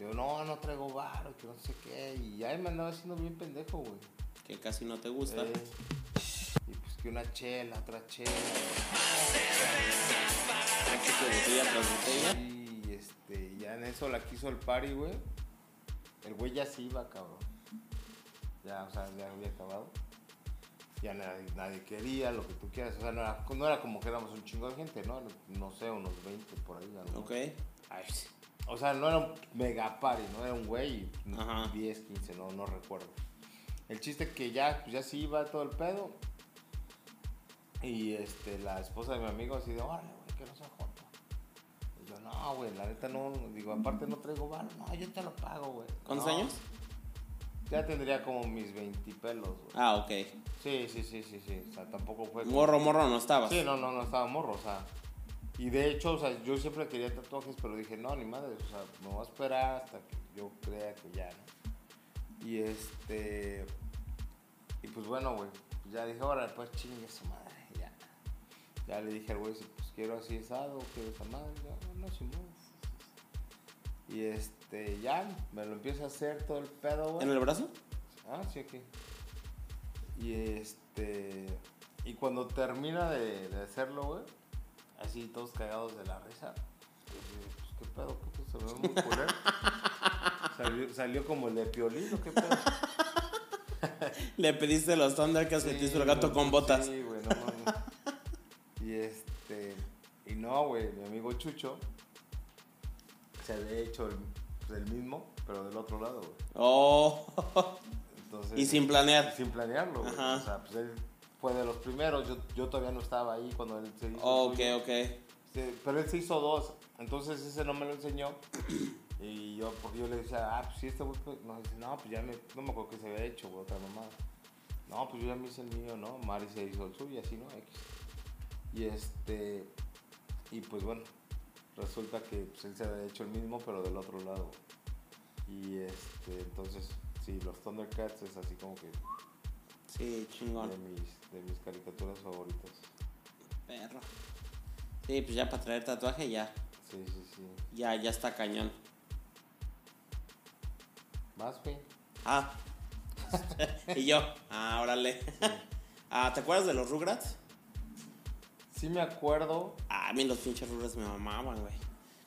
Speaker 1: Yo, no, no traigo varo, que no sé qué. Y ahí me andaba haciendo bien pendejo, güey.
Speaker 2: Que casi no te gusta.
Speaker 1: Eh, y pues que una chela, otra chela.
Speaker 2: Así que botella tras botella.
Speaker 1: Y este, ya en eso la quiso el party, güey. El güey ya se iba, cabrón. Ya, o sea, ya había acabado. Ya nadie, nadie quería, lo que tú quieras. O sea, no era, no era como que éramos un chingo de gente, ¿no? No sé, unos 20 por ahí. algo.
Speaker 2: Ok.
Speaker 1: Ay, sí. O sea, no era un mega party, no era un güey, y
Speaker 2: Ajá.
Speaker 1: 10, 15, no, no recuerdo. El chiste que ya, pues ya sí iba todo el pedo. Y este, la esposa de mi amigo así de, órale, güey, que no se jota. Y yo, no, güey, la neta no, digo, aparte no traigo varo, no, yo te lo pago, güey.
Speaker 2: ¿Cuántos
Speaker 1: No.
Speaker 2: años?
Speaker 1: Ya tendría como mis 20 pelos, güey.
Speaker 2: Ah, ok.
Speaker 1: Sí, sí, sí, sí, Pues sí, o sea, tampoco fue... como-
Speaker 2: Morro, morro, no estabas.
Speaker 1: Sí, no, no, no estaba morro, o sea. Y de hecho, o sea, yo siempre quería tatuajes, pero dije, no, ni madre, o sea, me voy a esperar hasta que yo crea que ya, ¿no? Y este. Y pues bueno, güey, pues ya dije, ahora pues chingue su madre, ya. Ya le dije al güey, si, pues quiero así asado, quiero esa madre, ya, no, si Y este, ya, me lo empiezo a hacer todo el pedo, güey.
Speaker 2: ¿En el brazo?
Speaker 1: Ah, sí, aquí. Y este. Y cuando termina de, de hacerlo, güey, así todos cagados de la risa. Pues, eh, pues, qué pedo, puto, se ve muy culero. salió, salió como el de piolino, qué pedo.
Speaker 2: Le pediste los Thundercats que te hizo el gato
Speaker 1: güey,
Speaker 2: con botas.
Speaker 1: Sí, güey, no mames. Y este. Y no, güey, mi amigo Chucho se había hecho el, pues, el mismo, pero del otro lado, güey.
Speaker 2: Oh.
Speaker 1: Entonces,
Speaker 2: y sin planear.
Speaker 1: sin planearlo, güey.
Speaker 2: Ajá.
Speaker 1: O sea, pues él fue de los primeros. Yo, yo todavía no estaba ahí cuando él se hizo.
Speaker 2: Oh,
Speaker 1: el
Speaker 2: ok,
Speaker 1: suyo.
Speaker 2: ok.
Speaker 1: Se- pero él se hizo dos. Entonces ese no me lo enseñó. Y yo, porque yo le decía, ah, pues sí, este güey. pues, No, dice, no, pues ya me, no me acuerdo que se había hecho, güey, otra mamada. No, pues yo ya me hice el mío, ¿no? Mari se hizo el suyo, y así, ¿no? X. Y este. Y pues bueno, resulta que pues, él se había hecho el mismo, pero del otro lado. Y este, entonces, sí, los Thundercats es así como que
Speaker 2: Sí, chingón.
Speaker 1: de mis, de mis caricaturas favoritas.
Speaker 2: Perro. Sí, pues ya para traer tatuaje ya.
Speaker 1: Sí, sí, sí.
Speaker 2: Ya, ya está cañón.
Speaker 1: Más, güey.
Speaker 2: Ah. y yo. Ah, órale. ah, ¿te acuerdas de los Rugrats?
Speaker 1: Sí me acuerdo.
Speaker 2: Ah, a mí los pinches Rugrats me mamaban, güey.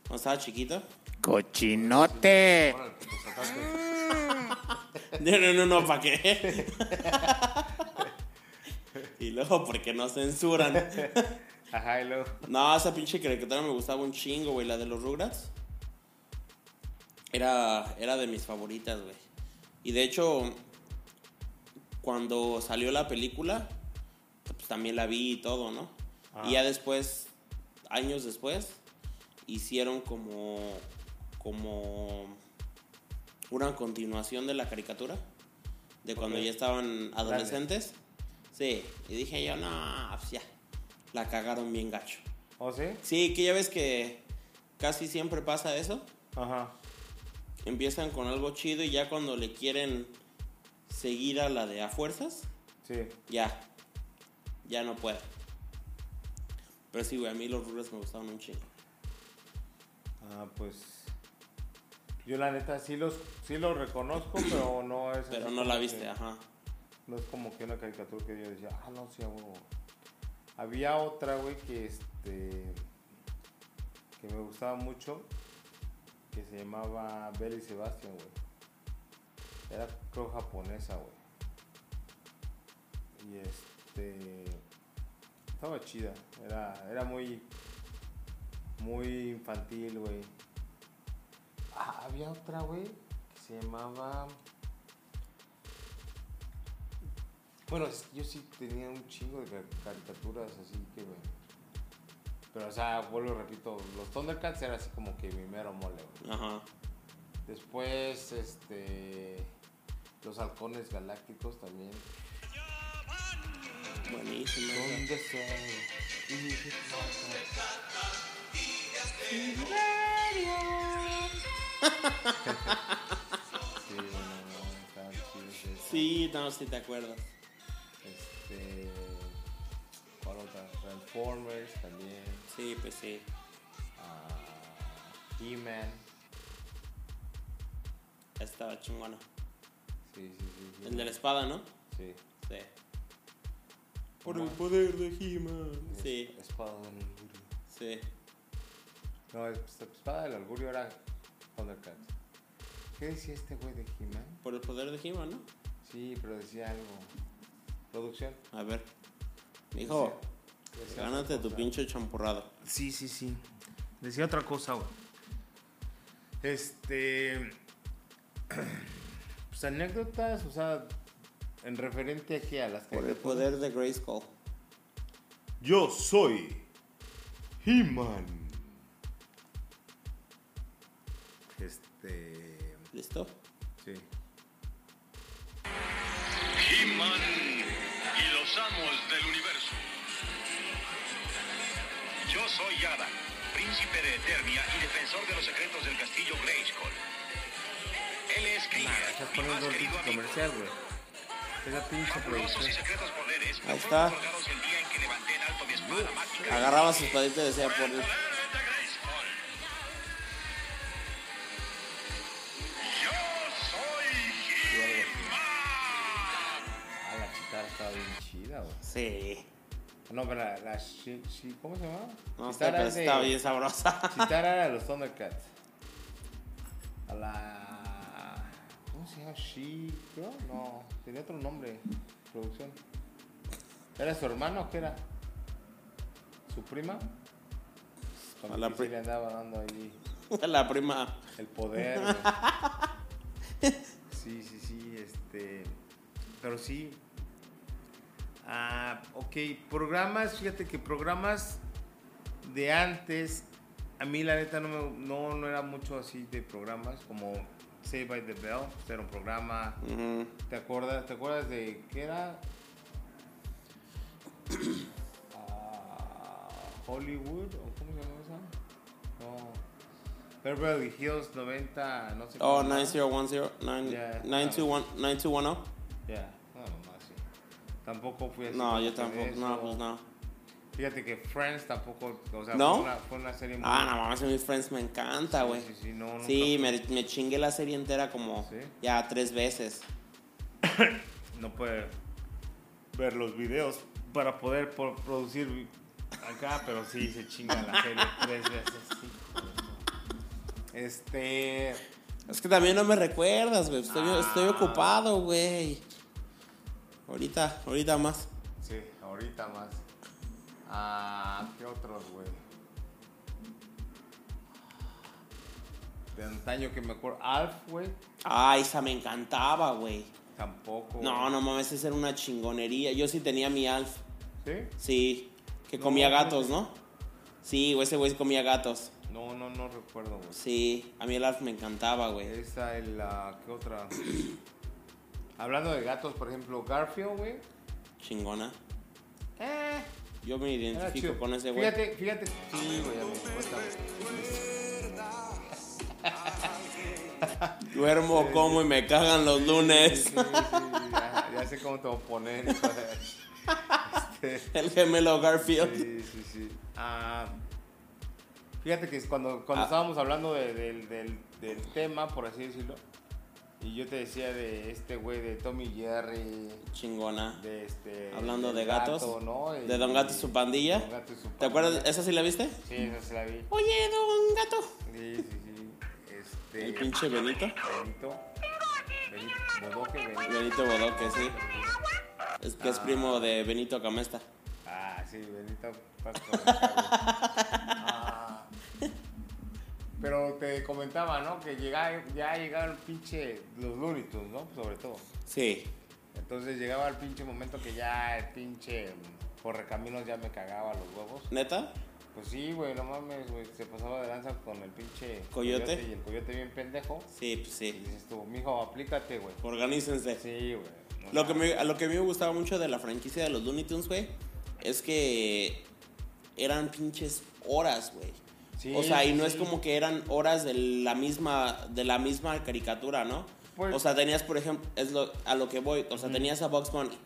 Speaker 2: Cuando estaba chiquito.
Speaker 4: Cochinote.
Speaker 1: Órale, pues, ataque.
Speaker 2: No, no, no, no, ¿para qué? y luego, porque no censuran.
Speaker 1: Ajá, y luego.
Speaker 2: No, esa pinche caricatura me gustaba un chingo, güey. La de los Rugrats. Era, era de mis favoritas, güey. Y de hecho, cuando salió la película, pues también la vi y todo, ¿no? Y ya después, años después, hicieron como, como una continuación de la caricatura. De cuando
Speaker 1: Ok.
Speaker 2: ya estaban adolescentes. Sí, y dije yo, no, pues ya. La cagaron bien gacho.
Speaker 1: ¿Oh, sí?
Speaker 2: Sí, que ya ves que casi siempre pasa eso.
Speaker 1: Ajá.
Speaker 2: Empiezan con algo chido y ya cuando le quieren seguir a la de a fuerzas,
Speaker 1: Sí.
Speaker 2: ya. Ya no puede. Pero sí, güey, a mí los Rugrats me gustaban un chingo.
Speaker 1: Ah, pues. Yo la neta sí los, sí los reconozco, pero no es.
Speaker 2: Pero
Speaker 1: así
Speaker 2: no
Speaker 1: como
Speaker 2: la viste, ah.
Speaker 1: que-
Speaker 2: ajá.
Speaker 1: No es como que una caricatura que yo decía, ah, no, sí, a huevo. Había otra, güey, que este. que me gustaba mucho, que se llamaba Belle y Sebastian, güey. Era, creo, japonesa, güey. Y este. estaba chida, era, era muy. muy infantil, güey. Ah, había otra, güey, que se llamaba. Bueno, es que yo sí tenía un chingo de ca- caricaturas así que, güey. Pero, o sea, vuelvo y repito, los Thundercats era así como que mi mero mole, güey.
Speaker 2: Ajá.
Speaker 1: Después, este. Los halcones galácticos también.
Speaker 2: Buenísimo.
Speaker 1: ¿Dónde se- y qué pasa? Sí, no, no, estaban chidos esos.
Speaker 2: Sí, no, si te acuerdas.
Speaker 1: Este. ¿Cuál otra? Transformers también.
Speaker 2: Sí, pues sí.
Speaker 1: ah, He-Man.
Speaker 2: Estaba chingona.
Speaker 1: Sí, sí, sí. sí.
Speaker 2: El de la espada, ¿no?
Speaker 1: Sí.
Speaker 2: Sí.
Speaker 1: Por el
Speaker 2: poder de He-Man. Sí,
Speaker 1: Es- Espada del Augurio.
Speaker 2: sí.
Speaker 1: No, es- Espada del Augurio era Thundercats. ¿Qué decía este güey de He-Man?
Speaker 2: Por el poder de He-Man, ¿no?
Speaker 1: Sí, pero decía algo. Producción.
Speaker 2: A ver. Mijo,
Speaker 1: Decía
Speaker 2: gánate
Speaker 1: otra
Speaker 2: tu
Speaker 1: cosa.
Speaker 2: pinche champurrado.
Speaker 1: Sí, sí, sí. Decía otra cosa, güey. Este. Pues anécdotas, o sea, en referente aquí a las
Speaker 2: Por el
Speaker 1: caricaturas.
Speaker 2: poder de Grayskull.
Speaker 1: Yo soy He-Man. Este.
Speaker 2: ¿Listo?
Speaker 1: Sí.
Speaker 5: He-Man y los amos del universo. Yo soy Yada, príncipe de Eternia y defensor de los secretos del castillo Grayskull. Él es Krieger,
Speaker 1: Nah, estás
Speaker 5: mi más
Speaker 1: poniendo el
Speaker 5: querido
Speaker 1: pinche
Speaker 5: amigo.
Speaker 1: comercial, güey. Esa pinche
Speaker 5: Fabulosos y
Speaker 1: producción.
Speaker 5: secretos poderes me
Speaker 2: Ahí
Speaker 5: fueron
Speaker 2: está.
Speaker 5: otorgados el día en que levanté en alto mi espada mágica.
Speaker 2: Agarraba su espadita y decía
Speaker 5: Por
Speaker 2: por
Speaker 5: el
Speaker 2: el...
Speaker 5: poder de Grayskull. Yo soy He-Man.
Speaker 1: Ah, la chica estaba bien chida, güey.
Speaker 2: Sí.
Speaker 1: No, pero la, la chi- chi- ¿Cómo se llama?
Speaker 2: No sé,
Speaker 1: Chitara
Speaker 2: pero
Speaker 1: es de-
Speaker 2: está bien sabrosa.
Speaker 1: Chitara era de los Thundercats. A la. ¿Cómo se llama? She, creo. No, tenía otro nombre. Producción. ¿Era su hermano o qué era? ¿Su prima?
Speaker 2: A
Speaker 1: Porque
Speaker 2: la
Speaker 1: sí
Speaker 2: pri-
Speaker 1: le andaba dando ahí
Speaker 2: La prima.
Speaker 1: el poder. güey. sí, sí, sí, este. Pero sí. Ah, ok, programas, fíjate que programas de antes, a mí la neta no, me- no, no era mucho así de programas, como Save by the Bell, pues era un programa.
Speaker 2: Ujú.
Speaker 1: ¿Te acuerdas, ¿Te acuerdas de qué era? Ah, Hollywood, o cómo se llama esa? No. Beverly Hills 90, no sé
Speaker 2: Oh,
Speaker 1: cómo era.
Speaker 2: 9010.
Speaker 1: Ya.
Speaker 2: 9210.
Speaker 1: Ya, no, nomás sí. Tampoco fui así
Speaker 2: No,
Speaker 1: como
Speaker 2: yo
Speaker 1: que
Speaker 2: tampoco.
Speaker 1: de
Speaker 2: No,
Speaker 1: eso.
Speaker 2: pues no.
Speaker 1: Fíjate que Friends tampoco, o sea,
Speaker 2: ¿No?
Speaker 1: fue, una, fue una serie muy.
Speaker 2: Ah, no mames, mis friends me encanta, güey.
Speaker 1: Sí, sí, sí, no, nunca
Speaker 2: Sí,
Speaker 1: fui.
Speaker 2: me, me chingué la serie entera como
Speaker 1: ¿Sí?
Speaker 2: ya tres veces.
Speaker 1: no puede ver los videos para poder por- producir vi- acá, pero sí se chinga la serie tres veces. sí, joder. Este.
Speaker 2: Es que también no me recuerdas, güey. Estoy,
Speaker 1: Ah.
Speaker 2: estoy ocupado, güey. Ahorita, ahorita más.
Speaker 1: Sí, ahorita más. Ah, ¿qué otros, güey? De antaño que me acuerdo. Alf, güey.
Speaker 2: Ah, esa me encantaba, güey.
Speaker 1: Tampoco.
Speaker 2: No,
Speaker 1: güey.
Speaker 2: no mames, esa era una chingonería. Yo sí tenía mi Alf.
Speaker 1: ¿Sí?
Speaker 2: Sí, que
Speaker 1: No,
Speaker 2: comía
Speaker 1: no,
Speaker 2: gatos,
Speaker 1: no.
Speaker 2: ¿no? Sí, güey, ese güey comía gatos.
Speaker 1: No, no, no recuerdo, güey.
Speaker 2: Sí, a mí el Alf me encantaba, güey.
Speaker 1: Esa es la. ¿Qué otra? Hablando de gatos, por ejemplo, Garfield, güey.
Speaker 2: Chingona.
Speaker 1: Eh.
Speaker 2: Yo me
Speaker 1: Era
Speaker 2: identifico
Speaker 1: chido.
Speaker 2: con ese güey.
Speaker 1: Fíjate, fíjate. Sí, güey, ya me di cuenta, güey.
Speaker 2: Duermo, como y me cagan los lunes.
Speaker 1: Sí, sí, sí, ya, ya sé cómo te voy a poner. hijo de-
Speaker 2: El gemelo Garfield.
Speaker 1: Sí, sí, sí. Ah,
Speaker 2: Ah.
Speaker 1: fíjate que es cuando, cuando estábamos hablando de- del, del- del tema, por así decirlo, Y yo te decía de este güey de Tommy Jerry,
Speaker 2: Chingona.
Speaker 1: de este...
Speaker 2: Hablando
Speaker 1: del
Speaker 2: de gatos.
Speaker 1: ¿no? Y-
Speaker 2: De Don Gato y su pandilla.
Speaker 1: Don Gato y su
Speaker 2: ¿Te
Speaker 1: pandilla.
Speaker 2: acuerdas? ¿Esa sí la viste?
Speaker 1: Sí, esa sí la vi.
Speaker 2: Oye, Don Gato.
Speaker 1: Sí, sí, sí. Este...
Speaker 2: El pinche Benito.
Speaker 1: Benito. Benito. Bodoque, Benito.
Speaker 2: Benito Bodoque, sí. Es que es primo de Benito Camesta.
Speaker 1: Ah, sí, Benito. Pastor, Ah. Pero te comentaba, ¿no? Que llega, ya llegaron pinche los Looney Tunes, ¿no? Sobre todo.
Speaker 2: Sí.
Speaker 1: Entonces llegaba el pinche momento que ya el pinche mm, correcaminos ya me cagaba los huevos.
Speaker 2: ¿Neta?
Speaker 1: Pues sí, güey, no mames, güey, se pasaba de lanza con el pinche
Speaker 2: Coyote.
Speaker 1: y el coyote bien pendejo.
Speaker 2: Sí, pues
Speaker 1: Y
Speaker 2: sí.
Speaker 1: dices tú, mijo, aplícate, güey.
Speaker 2: Organícense.
Speaker 1: Sí, güey. no
Speaker 2: Lo que,
Speaker 1: mames.
Speaker 2: me, a lo que a mí me gustaba mucho de la franquicia de los Looney Tunes, güey, es que eran pinches horas, güey.
Speaker 1: Sí,
Speaker 2: o sea, y no
Speaker 1: sí.
Speaker 2: es como que eran horas de la misma, de la misma caricatura, ¿no?
Speaker 1: Pues-
Speaker 2: o sea, tenías, por ejemplo, es lo, a lo que voy, o sea, tenías a Bugs Bunny,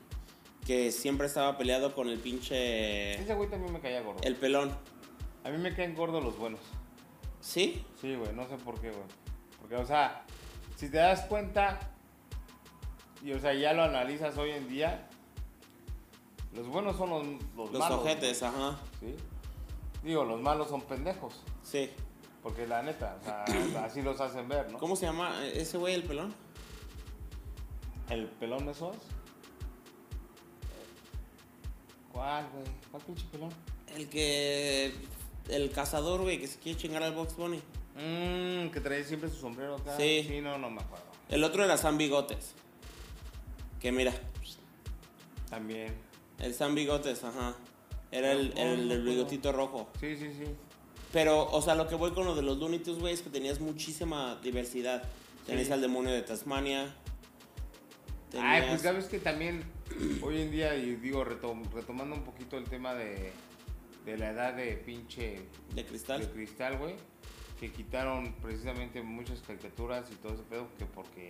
Speaker 2: que siempre estaba peleado con el pinche...
Speaker 1: Ese güey también me caía gordo.
Speaker 2: El pelón.
Speaker 1: A mí me caen gordos los buenos.
Speaker 2: ¿Sí?
Speaker 1: Sí, güey, no sé por qué, güey. Porque, o sea, si te das cuenta, y o sea, ya lo analizas hoy en día, los buenos son los, los,
Speaker 2: Los
Speaker 1: malos.
Speaker 2: ojetes,
Speaker 1: güey,
Speaker 2: ajá.
Speaker 1: ¿sí? Digo, los malos son pendejos.
Speaker 2: Sí.
Speaker 1: Porque la neta, o sea, así los hacen ver, ¿no?
Speaker 2: ¿Cómo se llama ese güey, el pelón?
Speaker 1: ¿El pelón de esos? ¿Cuál, güey? ¿Cuál pinche pelón?
Speaker 2: El que... El cazador, güey, que se quiere chingar al Bugs Bunny.
Speaker 1: Mmm, que trae siempre su sombrero acá.
Speaker 2: Sí.
Speaker 1: Sí, no, no me acuerdo.
Speaker 2: El otro era San Bigotes. Que mira,
Speaker 1: También.
Speaker 2: el San Bigotes, ajá. Era el,
Speaker 1: No,
Speaker 2: el,
Speaker 1: no,
Speaker 2: del
Speaker 1: no.
Speaker 2: bigotito rojo.
Speaker 1: Sí, sí, sí.
Speaker 2: Pero, o sea, lo que voy con lo de los Looney Tunes, güey, es que tenías muchísima diversidad. Tenías
Speaker 1: Sí.
Speaker 2: al demonio de Tasmania.
Speaker 1: Ay, pues
Speaker 2: tenías-
Speaker 1: sabes que también hoy en día, y digo, retom- retomando un poquito el tema de, de la edad de pinche
Speaker 2: de
Speaker 1: de
Speaker 2: cristal.
Speaker 1: cristal, güey, que quitaron precisamente muchas caricaturas y todo ese pedo, que porque,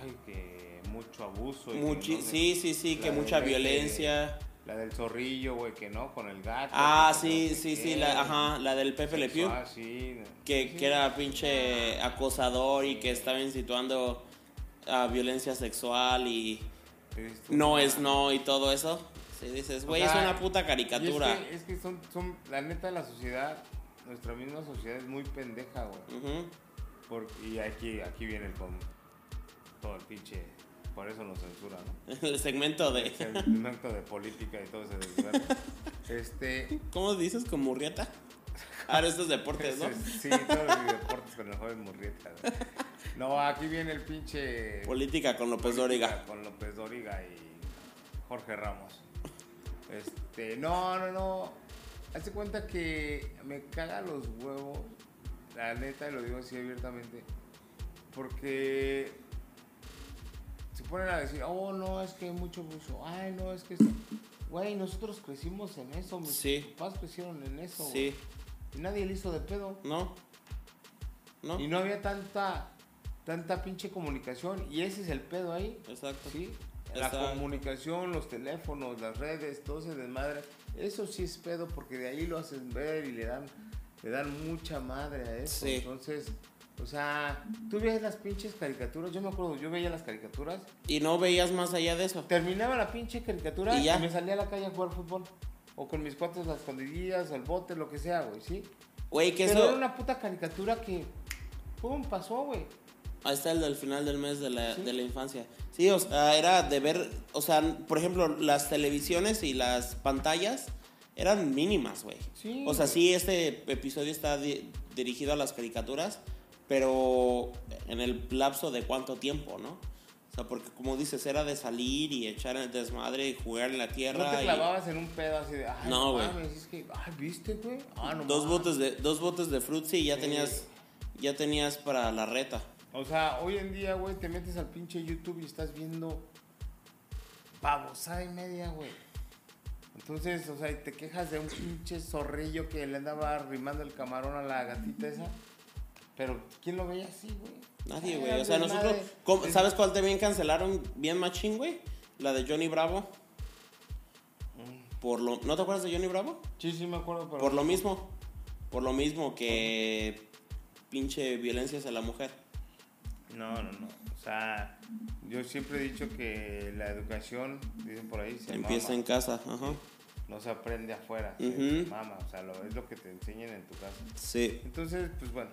Speaker 1: ay, que mucho abuso. y que
Speaker 2: Muchi-
Speaker 1: no sé-
Speaker 2: sí, sí, sí,
Speaker 1: la
Speaker 2: que
Speaker 1: de-
Speaker 2: mucha
Speaker 1: de-
Speaker 2: violencia.
Speaker 1: La del zorrillo, güey, que no, con el gato.
Speaker 2: Ah,
Speaker 1: que no
Speaker 2: sí,
Speaker 1: sé
Speaker 2: sí,
Speaker 1: qué,
Speaker 2: sí, la, ajá, la del Pepe Le Pew.
Speaker 1: Ah, sí.
Speaker 2: Que,
Speaker 1: Sí,
Speaker 2: que era pinche acosador y que estaba instituando a violencia sexual y...
Speaker 1: esto,
Speaker 2: No
Speaker 1: ah.
Speaker 2: es no y todo eso. Si dices,
Speaker 1: O
Speaker 2: güey,
Speaker 1: sea,
Speaker 2: es una puta caricatura.
Speaker 1: y Es que, es que son, son, la neta, la sociedad, nuestra misma sociedad es muy pendeja, güey.
Speaker 2: Ujú.
Speaker 1: Por- y aquí, aquí viene el con todo el pinche. Por eso nos censura, ¿no?
Speaker 2: El segmento de.
Speaker 1: Es el un acto de política y todo ese desvergue. Este.
Speaker 2: ¿Cómo dices? ¿Con murrieta? Ahora estos deportes, ¿no?
Speaker 1: Sí, todos los deportes con el joven Murrieta, güey. No, aquí viene el pinche.
Speaker 2: Política con López Dóriga.
Speaker 1: Con López Dóriga y Jorge Ramos. Este, no, no, no. Hace cuenta que me caga los huevos. La neta, y lo digo así abiertamente. Porque se ponen a decir, oh, no, es que hay mucho abuso. Ay, no, es que. esto". Güey, nosotros crecimos en eso. Mis
Speaker 2: Sí.
Speaker 1: papás crecieron en eso.
Speaker 2: Sí.
Speaker 1: güey. Y nadie le hizo de pedo.
Speaker 2: ¿No? ¿No?
Speaker 1: Y no había tanta, tanta pinche comunicación. Y ese es el pedo ahí.
Speaker 2: Exacto.
Speaker 1: ¿sí?
Speaker 2: Exacto.
Speaker 1: La comunicación, los teléfonos, las redes, todo ese desmadre. Eso sí es pedo porque de ahí lo hacen ver y le dan, le dan mucha madre a eso.
Speaker 2: Sí.
Speaker 1: Entonces, o sea, tú veías las pinches caricaturas. Yo me acuerdo, yo veía las caricaturas.
Speaker 2: Y no veías más allá de eso.
Speaker 1: Terminaba la pinche caricatura
Speaker 2: Y
Speaker 1: y,
Speaker 2: ya.
Speaker 1: me salía a la calle a jugar fútbol. O con mis cuates las escondidillas, el bote, lo que sea, güey, ¿sí?
Speaker 2: Güey, que
Speaker 1: Pero
Speaker 2: eso.
Speaker 1: era una puta caricatura que, pum, pasó, güey.
Speaker 2: Ahí está el del final del mes de la,
Speaker 1: Sí.
Speaker 2: de la infancia. Sí, o sea, era de ver. O sea, por ejemplo, las televisiones y las pantallas eran mínimas, güey.
Speaker 1: Sí,
Speaker 2: O sea,
Speaker 1: güey.
Speaker 2: sí, este episodio está di- dirigido a las caricaturas, pero en el lapso de cuánto tiempo, ¿no? O sea, porque como dices, era de salir y echar el desmadre y jugar en la
Speaker 1: No
Speaker 2: tierra.
Speaker 1: te
Speaker 2: y
Speaker 1: clavabas en un pedo así de, ay,
Speaker 2: No,
Speaker 1: no,
Speaker 2: güey.
Speaker 1: mames, es que, ay, ¿viste, güey? Ah, no
Speaker 2: dos,
Speaker 1: mames.
Speaker 2: botes de, dos botes de frutzi y ya
Speaker 1: Sí.
Speaker 2: tenías, ya tenías para la reta.
Speaker 1: O sea, hoy en día, güey, te metes al pinche YouTube y estás viendo babosada y media, güey. Entonces, o sea, y te quejas de un pinche zorrillo que le andaba arrimando el camarón a la gatita esa. Pero, ¿quién lo veía así, güey?
Speaker 2: Nadie,
Speaker 1: Ay,
Speaker 2: güey. O sea,
Speaker 1: madre.
Speaker 2: nosotros. ¿cómo-
Speaker 1: Es-
Speaker 2: ¿Sabes cuál también cancelaron bien machín, güey? La de Johnny Bravo. Por lo, ¿No te acuerdas de Johnny Bravo?
Speaker 1: Sí, sí, me acuerdo, pero.
Speaker 2: Por lo mismo. Por lo mismo que pinche violencia hacia la mujer.
Speaker 1: No, no, no. O sea, yo siempre he dicho que la educación, dicen por ahí, se
Speaker 2: Empieza
Speaker 1: mama.
Speaker 2: en casa, ajá.
Speaker 1: no se aprende afuera, se
Speaker 2: Ujú.
Speaker 1: mama, o sea, lo- es lo que te enseñan en tu casa.
Speaker 2: Sí.
Speaker 1: Entonces, pues bueno,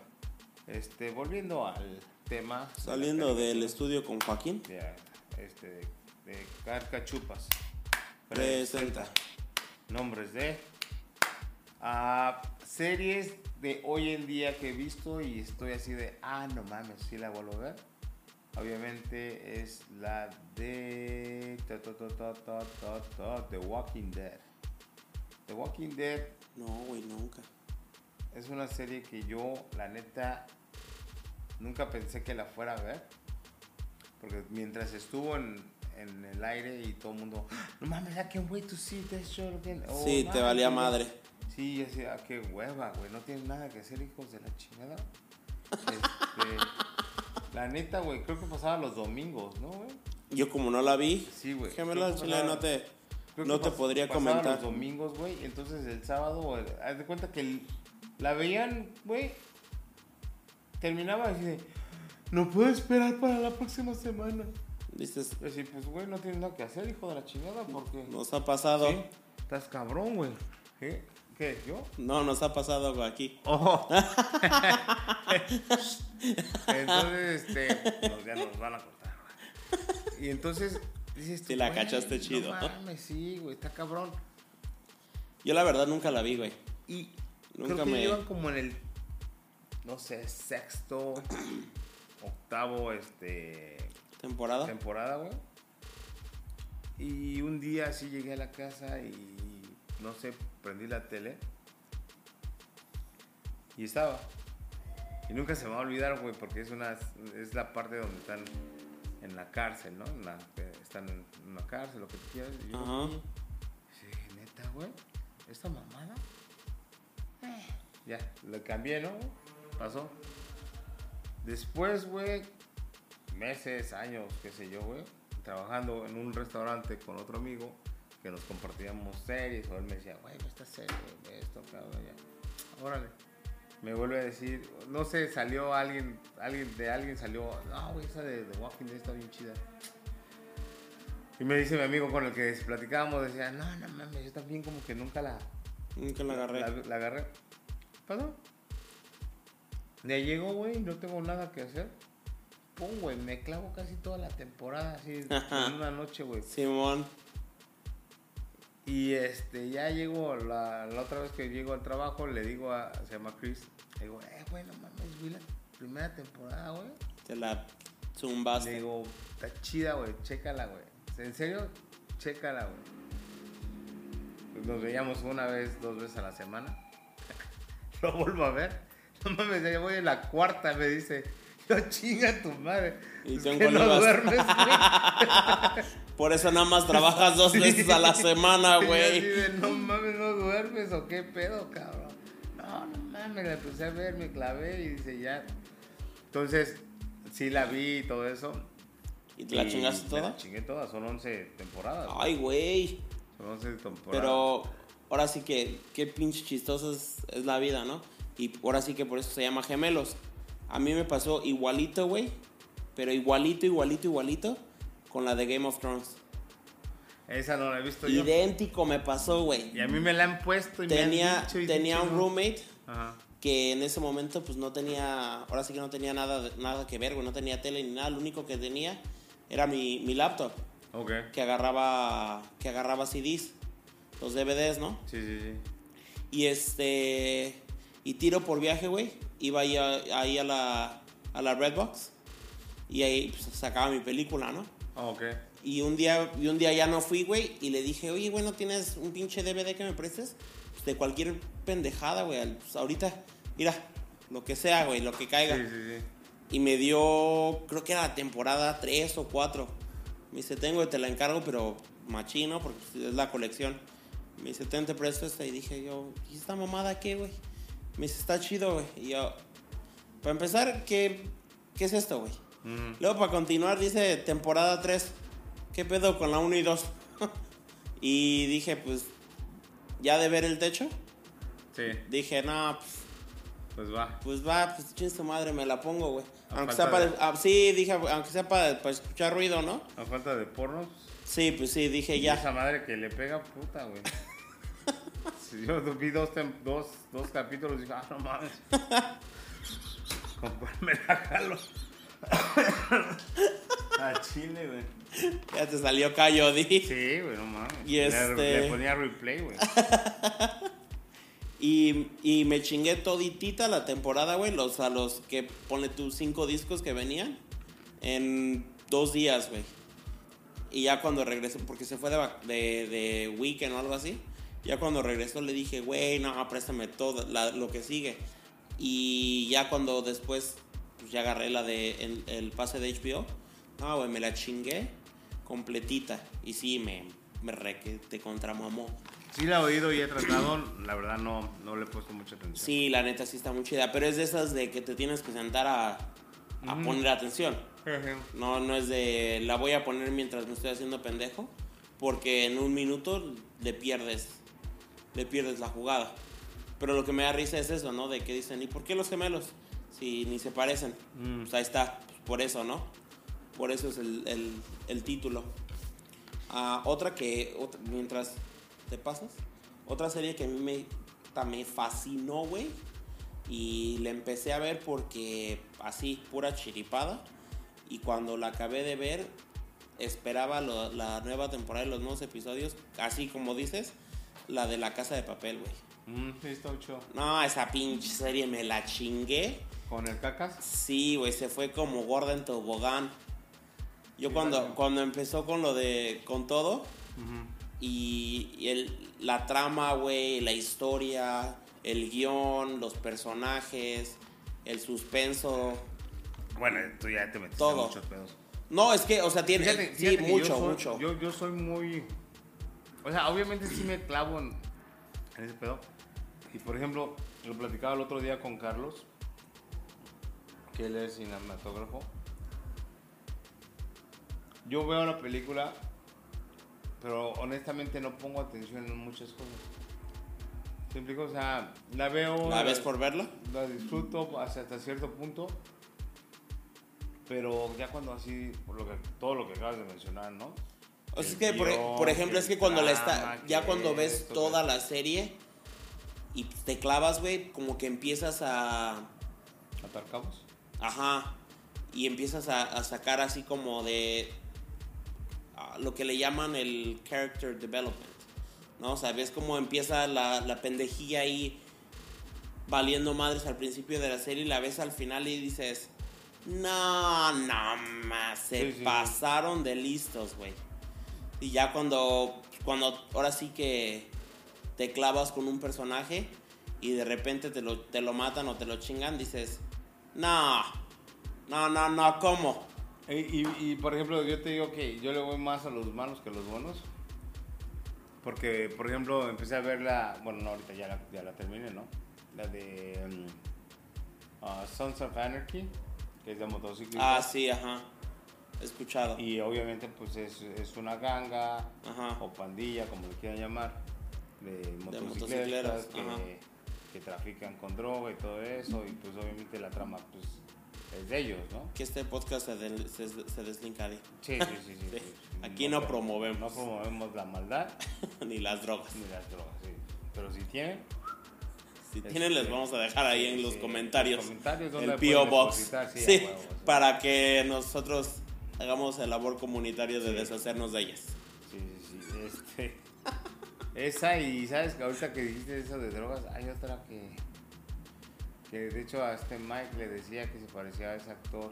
Speaker 1: este, volviendo al tema. de la
Speaker 2: Saliendo del
Speaker 1: caricatura,
Speaker 2: estudio con Joaquín.
Speaker 1: De, este, de Carcachupas.
Speaker 2: Presenta.
Speaker 1: Nombres de ah, series de hoy en día que he visto y estoy así de, ah, no mames, sí la vuelvo a ver. Obviamente es la de ta, ta, ta, ta, ta, ta, ta, The Walking Dead. The Walking Dead
Speaker 2: No, güey, nunca.
Speaker 1: es una serie que yo, la neta, nunca pensé que la fuera a ver. Porque mientras estuvo en, en el aire y todo el mundo, "Ah, no mames, I can't wait to see that show again". Oh,
Speaker 2: sí, te
Speaker 1: mames,
Speaker 2: valía
Speaker 1: güey.
Speaker 2: madre.
Speaker 1: Sí, así, ah, qué hueva, güey. No tienen nada que hacer, hijos de la chingada. Este, la neta, güey, creo que pasaba los domingos, ¿no, güey?
Speaker 2: Yo como no la vi,
Speaker 1: Sí, güey.
Speaker 2: Gemelo
Speaker 1: Creo
Speaker 2: al
Speaker 1: que
Speaker 2: chile,
Speaker 1: pasaba-
Speaker 2: no te,
Speaker 1: creo que
Speaker 2: no te
Speaker 1: pas-
Speaker 2: podría
Speaker 1: pasaba
Speaker 2: comentar.
Speaker 1: los domingos, güey. Entonces el sábado, güey, haz de cuenta que el- la veían, güey. Terminaba así de, no puedo esperar para la próxima semana.
Speaker 2: Dices,
Speaker 1: Y así, pues, güey, no tienes nada que hacer, hijo de la chingada, porque.
Speaker 2: nos ha pasado.
Speaker 1: ¿Sí? Estás cabrón, güey. ¿Qué? ¿Qué? ¿Yo?
Speaker 2: No, nos ha pasado güey, aquí.
Speaker 1: Ojo. entonces, este, nos, ya nos van a cortar. güey. Y entonces, dices tú,
Speaker 2: Sí la
Speaker 1: güey,
Speaker 2: cachaste
Speaker 1: no
Speaker 2: chido, ¿no?
Speaker 1: mames, sí, güey, está cabrón.
Speaker 2: Yo la verdad nunca la vi, güey.
Speaker 1: Y
Speaker 2: Nunca
Speaker 1: creo que
Speaker 2: me-
Speaker 1: llevan como en el, no sé, sexto, octavo, este,
Speaker 2: ¿Temporada?
Speaker 1: temporada, güey. Y un día así llegué a la casa y, no sé, prendí la tele. Y estaba. Y nunca se me va a olvidar, güey, porque es, una, es la parte donde están en la cárcel, ¿no? En la- eh, están en una cárcel, lo que tú quieras. Y yo
Speaker 2: Ajá.
Speaker 1: vi, y dije, neta, güey, esta mamada. Eh, Ya, lo cambié, ¿no? Pasó. Después, güey, meses, años, qué sé yo, güey, trabajando en un restaurante con otro amigo que nos compartíamos series, o él me decía, güey, ve esta serie, güey, ve esto, acá, güey, ya. Órale. Me vuelve a decir, no sé, salió alguien, alguien de alguien salió, no, güey, esa de The Walking Dead está bien chida. Y me dice mi amigo con el que platicábamos, decía, no, no mames, yo también como que nunca la,
Speaker 2: Nunca la agarré.
Speaker 1: la, la agarré. Pasó. Le llegó, güey, no tengo nada que hacer. Pum, güey, me clavo casi toda la temporada, así, en una noche, güey.
Speaker 2: Simón.
Speaker 1: Y este, ya llego, la, la otra vez que llego al trabajo, le digo a, se llama Chris, le digo, eh, güey, no mames, vi la primera temporada, güey.
Speaker 2: Te la
Speaker 1: Le
Speaker 2: zumbaste.
Speaker 1: digo, está chida, güey, chécala, güey. En serio, chécala, güey. Pues Nos veíamos una vez, dos veces a la semana. Lo vuelvo a ver. No mames, ya voy en la cuarta, me dice. Yo chinga tu madre.
Speaker 2: ¿Y
Speaker 1: Es
Speaker 2: tú en Ah,
Speaker 1: que
Speaker 2: cuál
Speaker 1: no
Speaker 2: ibas?
Speaker 1: duermes, güey.
Speaker 2: Por eso nada más trabajas dos veces a la semana,
Speaker 1: Y yo así
Speaker 2: güey.
Speaker 1: de, no mames, no duermes o qué pedo, cabrón. No, no mames, la empecé a ver, me clavé y dice ya. Entonces, sí la vi y todo eso.
Speaker 2: ¿Y te la
Speaker 1: Y
Speaker 2: chingaste
Speaker 1: me la
Speaker 2: toda? Ah,
Speaker 1: chingué toda, son 11 temporadas.
Speaker 2: Ay, güey.
Speaker 1: Son 11 temporadas.
Speaker 2: Pero ahora sí que qué pinche chistosa es, es la vida, ¿no? Y ahora sí que por eso se llama gemelos. A mí me pasó igualito, güey. Pero igualito, igualito, igualito con la de Game of Thrones.
Speaker 1: Esa no la he visto yo.
Speaker 2: Idéntico me pasó,
Speaker 1: Y
Speaker 2: güey.
Speaker 1: a mí me la han puesto y me han
Speaker 2: Tenía,
Speaker 1: dicho y
Speaker 2: tenía
Speaker 1: dicho,
Speaker 2: un
Speaker 1: ¿no?
Speaker 2: roommate
Speaker 1: Ajá.
Speaker 2: que en ese momento pues no tenía, ahora sí que no tenía nada, nada que ver, güey, no tenía tele ni nada, lo único que tenía era mi, mi laptop
Speaker 1: Ok.
Speaker 2: que agarraba, que agarraba CDs, los DVDs, ¿no?
Speaker 1: Sí, sí, sí.
Speaker 2: Y este. Y tiro por viaje, güey. Iba ahí a, ahí a la, a la Redbox. Y ahí pues, sacaba mi película, ¿no?
Speaker 1: Ah, ok.
Speaker 2: Y un día, y un día ya no fui, güey. Y le dije, oye, güey, ¿no tienes un pinche DVD que me prestes? Pues, de cualquier pendejada, güey. al- pues, ahorita, mira, lo que sea, güey, lo que caiga.
Speaker 1: Sí, sí, sí.
Speaker 2: Y me dio, creo que era la temporada 3 o 4. Me dice, tengo, te la encargo, pero machino, porque es la colección. Me dice, ten, te presto esta. Y dije yo, ¿y esta mamada qué, güey? Me dice, está chido, güey. Y yo, para empezar, ¿qué, qué es esto, güey?
Speaker 1: Ujú.
Speaker 2: Luego, para continuar, dice temporada 3. ¿Qué pedo con la 1 y 2? y dije, pues, ya de ver el techo,
Speaker 1: Sí,
Speaker 2: dije, no, pues,
Speaker 1: pues va.
Speaker 2: pues va, pues chingue su pues, madre, me la pongo, güey.
Speaker 1: falta
Speaker 2: Aunque sea para,
Speaker 1: de-
Speaker 2: ah, sí, dije, aunque sea para, para escuchar ruido, ¿no?
Speaker 1: A falta de pornos.
Speaker 2: Sí, pues sí, dije
Speaker 1: Ya.
Speaker 2: ya.
Speaker 1: Esa madre que le pega, puta, güey. Si yo vi dos, tem- dos, dos capítulos y dije, ah, no mames. Con cuál me la jalo. A Chile, güey.
Speaker 2: Ya te salió callo, di.
Speaker 1: Sí, güey, no mames.
Speaker 2: Y
Speaker 1: Le-
Speaker 2: este-
Speaker 1: le ponía replay, güey.
Speaker 2: Y, y me chingué toditita la temporada, güey. Los, a los que pone tus cinco discos que venían en dos días, güey. Y ya cuando regresó, porque se fue de, vac- de, de weekend o algo así. Ya cuando regresó le dije, güey, no, préstame todo la- lo que sigue. Y ya cuando después, pues ya agarré la de el, el pase de HBO. No, güey, me la chingué completita. Y sí, me, me re que te contramamó.
Speaker 1: Sí la he oído y he tratado, la verdad no, no le he puesto mucha atención.
Speaker 2: Sí, la neta sí está muy chida, pero es de esas de que te tienes que sentar a, a poner atención. No, no es de la voy a poner mientras me estoy haciendo pendejo, porque en un minuto le pierdes, le pierdes la jugada. Pero lo que me da risa es eso, ¿no? De que dicen, ¿y por qué los gemelos? Si ni se parecen. Pues ahí está, por eso, ¿no? Por eso es el, el- el título. Ah, otra que, otra- mientras te pasas, otra serie que a mí me, ta- me fascinó, güey. Y la empecé a ver porque así, pura chiripada. Y cuando la acabé de ver, esperaba lo- la nueva temporada y los nuevos episodios. Así como dices, la de la casa de papel, güey.
Speaker 1: Mm, sí, está mucho.
Speaker 2: No, esa pinche serie me la chingué.
Speaker 1: ¿Con el cacas?
Speaker 2: Sí, güey, se fue como gorda en tobogán. Yo cuando, cuando empezó con lo de. con todo. Y, y el, la trama, güey, la historia, el guión, los personajes, el suspenso.
Speaker 1: Bueno, tú ya te metiste
Speaker 2: Todo.
Speaker 1: en muchos pedos.
Speaker 2: No, es que, o sea, tiene.
Speaker 1: Fíjate-
Speaker 2: sí,
Speaker 1: fíjate que
Speaker 2: mucho,
Speaker 1: yo soy,
Speaker 2: mucho.
Speaker 1: Yo, yo soy muy... O sea, obviamente sí me clavo en, en ese pedo. Y por ejemplo, lo platicaba el otro día con Carlos, que él es cinematógrafo. Yo veo la película, pero honestamente no pongo atención en muchas cosas. ¿Te explico? O sea, la veo...
Speaker 2: ¿La ves por verla?
Speaker 1: la disfruto hasta, hasta cierto punto, pero ya cuando así, por lo que, todo lo que acabas de mencionar, ¿no?
Speaker 2: O sea,
Speaker 1: El
Speaker 2: es que, por, e-,
Speaker 1: guión,
Speaker 2: por ejemplo, es que
Speaker 1: el
Speaker 2: cuando la
Speaker 1: drama,
Speaker 2: está, ya
Speaker 1: que
Speaker 2: cuando ves
Speaker 1: esto,
Speaker 2: toda
Speaker 1: que-
Speaker 2: la serie y te clavas, güey, como que empiezas a,
Speaker 1: ¿Atar cabos?
Speaker 2: ajá, y empiezas a, a sacar así como de ah, lo que le llaman el character development, ¿no? O sea, ves cómo empieza la, la pendejilla ahí valiendo madres al principio de la serie y la ves al final y dices, no, no más, se
Speaker 1: Sí, sí.
Speaker 2: pasaron de listos, güey. Y ya cuando, cuando ahora sí que te clavas con un personaje y de repente te lo, te lo matan o te lo chingan, dices, no, no, no, no, ¿cómo?
Speaker 1: Y, E, y- y, por ejemplo, yo te digo que yo le voy más a los malos que a los buenos. Porque, por ejemplo, empecé a ver la. Bueno, no, ahorita ya la, ya la terminé, ¿no? La de. mm, ah, Sons of Anarchy, que es de motociclistas.
Speaker 2: Ah, sí, ajá. He escuchado.
Speaker 1: Y obviamente pues es, es una ganga
Speaker 2: Ajá.
Speaker 1: o pandilla, como le quieran llamar, de
Speaker 2: motocicleros,
Speaker 1: motocicletas
Speaker 2: ajá.
Speaker 1: que, que trafican con droga y todo eso. Y pues obviamente la trama pues es de ellos, ¿no?
Speaker 2: que este podcast se, del- se, se deslinca de-
Speaker 1: Sí, sí, sí. sí,
Speaker 2: Sí.
Speaker 1: sí.
Speaker 2: Aquí no
Speaker 1: pero-
Speaker 2: promovemos.
Speaker 1: No promovemos la maldad
Speaker 2: ni las drogas.
Speaker 1: ni las drogas, sí. Pero si tienen...
Speaker 2: Si tienen, les
Speaker 1: Este,
Speaker 2: vamos a dejar ahí en los
Speaker 1: sí,
Speaker 2: comentarios.
Speaker 1: los comentarios donde
Speaker 2: el P.O.
Speaker 1: pueden
Speaker 2: Box.
Speaker 1: depositar, sí, a
Speaker 2: Sí,
Speaker 1: huevo, sí.
Speaker 2: para que nosotros hagamos la labor comunitaria de deshacernos de ellas.
Speaker 1: Sí, sí, sí. Este, esa y sabes que ahorita que dijiste eso de drogas, hay otra que. Que de hecho a este Mike le decía que se parecía a ese actor.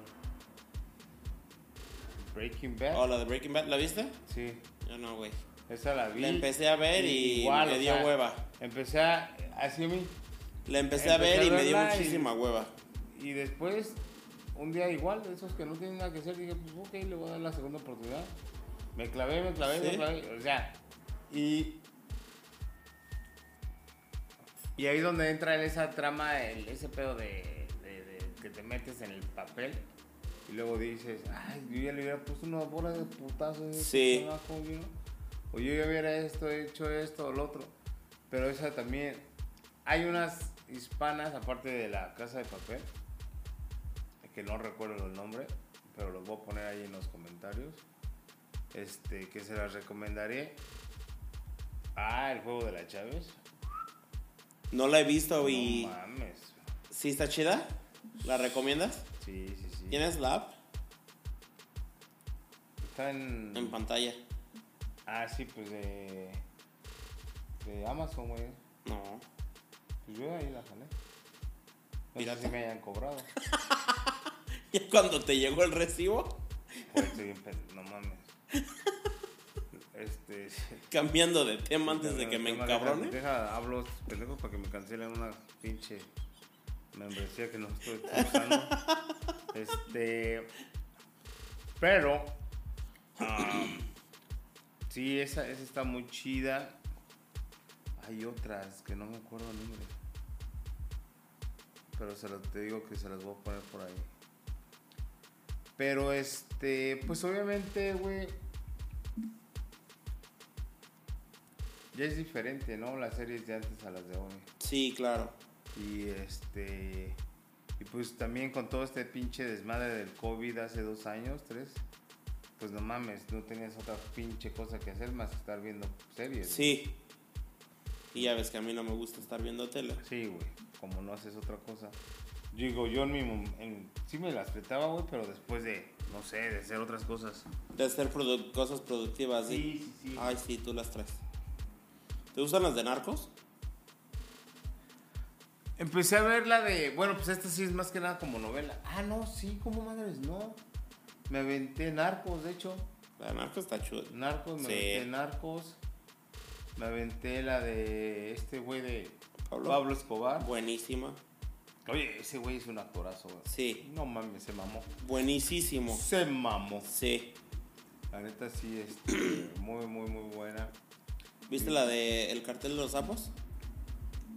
Speaker 1: Breaking Bad.
Speaker 2: Oh, la de Breaking Bad, ¿la viste?
Speaker 1: Sí,
Speaker 2: Yo no, güey.
Speaker 1: esa la vi.
Speaker 2: La empecé a ver y me
Speaker 1: o
Speaker 2: dio hueva.
Speaker 1: Empecé a, así a mí.
Speaker 2: La empecé, a ver
Speaker 1: Eh, Empecé a
Speaker 2: y me dio
Speaker 1: verla y-
Speaker 2: muchísima hueva.
Speaker 1: Y después, un día igual, de esos que no tienen nada que hacer, dije, pues ok, le voy a dar la segunda oportunidad. Me clavé, me clavé, me
Speaker 2: Sí.
Speaker 1: clavé. O sea, y. Y ahí es donde entra en esa trama, el- ese pedo de, de- de que te metes en el papel. Y luego dices, ay, yo ya le hubiera puesto una bola de putazo a ese
Speaker 2: Sí.
Speaker 1: chamaco, ¿vino? O yo ya hubiera esto, hecho esto o lo otro. Pero esa también. Hay unas hispanas, aparte de la casa de papel, que no recuerdo el nombre, pero los voy a poner ahí en los comentarios. Este, que se las recomendaré. Ah, el juego de la Chávez.
Speaker 2: No la he visto y
Speaker 1: No mames.
Speaker 2: sí está chida. ¿La recomiendas?
Speaker 1: Sí, sí, sí.
Speaker 2: ¿Tienes la app?
Speaker 1: Está en.
Speaker 2: En pantalla.
Speaker 1: Ah, sí, pues de. De Amazon, güey.
Speaker 2: No.
Speaker 1: Pues yo ahí la jalé. No sé
Speaker 2: Pirata.
Speaker 1: si me hayan cobrado.
Speaker 2: ¿Y cuando te llegó el recibo?
Speaker 1: Pues estoy bien pen- no mames. Este.
Speaker 2: Cambiando de tema antes de que me
Speaker 1: deja-
Speaker 2: encabrone.
Speaker 1: Deja, hablo a estos pendejos para que me cancelen una pinche membresía que no estoy usando. este. Pero. am, sí, esa, esa está muy chida. Hay otras que no me acuerdo el nombre. Pero se los, te digo que se las voy a poner por ahí. Pero este, pues obviamente, güey. Ya es diferente, ¿no? Las series de antes a las de hoy.
Speaker 2: Sí, claro.
Speaker 1: Y este. Y pues también con todo este pinche desmadre del COVID hace dos años, tres. Pues no mames, no tenías otra pinche cosa que hacer más que estar viendo series.
Speaker 2: Sí. Y ya ves que a mí no me gusta estar viendo tele.
Speaker 1: Sí, güey. Como no haces otra cosa. Digo, yo en mi. mom- en- sí me las apretaba, güey, pero después de, no sé, de hacer otras cosas.
Speaker 2: De hacer produ- cosas productivas.
Speaker 1: Sí,
Speaker 2: Sí.
Speaker 1: sí, sí.
Speaker 2: Ay, sí, tú las traes. ¿Te gustan las de narcos?
Speaker 1: Empecé a ver la de. Bueno, pues esta sí es más que nada como novela. Ah, no, sí, como madres, no. Me aventé narcos, de hecho.
Speaker 2: La de narcos está chula.
Speaker 1: Narcos, me
Speaker 2: Sí.
Speaker 1: aventé narcos. Me aventé la de este güey de
Speaker 2: Pablo.
Speaker 1: Pablo, Escobar.
Speaker 2: Buenísima.
Speaker 1: Oye, ese güey es un actorazo. güey.
Speaker 2: Sí.
Speaker 1: No mames, se mamó.
Speaker 2: Buenísimo.
Speaker 1: Se mamó.
Speaker 2: Sí.
Speaker 1: La neta sí, este, muy, muy, muy buena.
Speaker 2: ¿Viste la de El cartel de los sapos?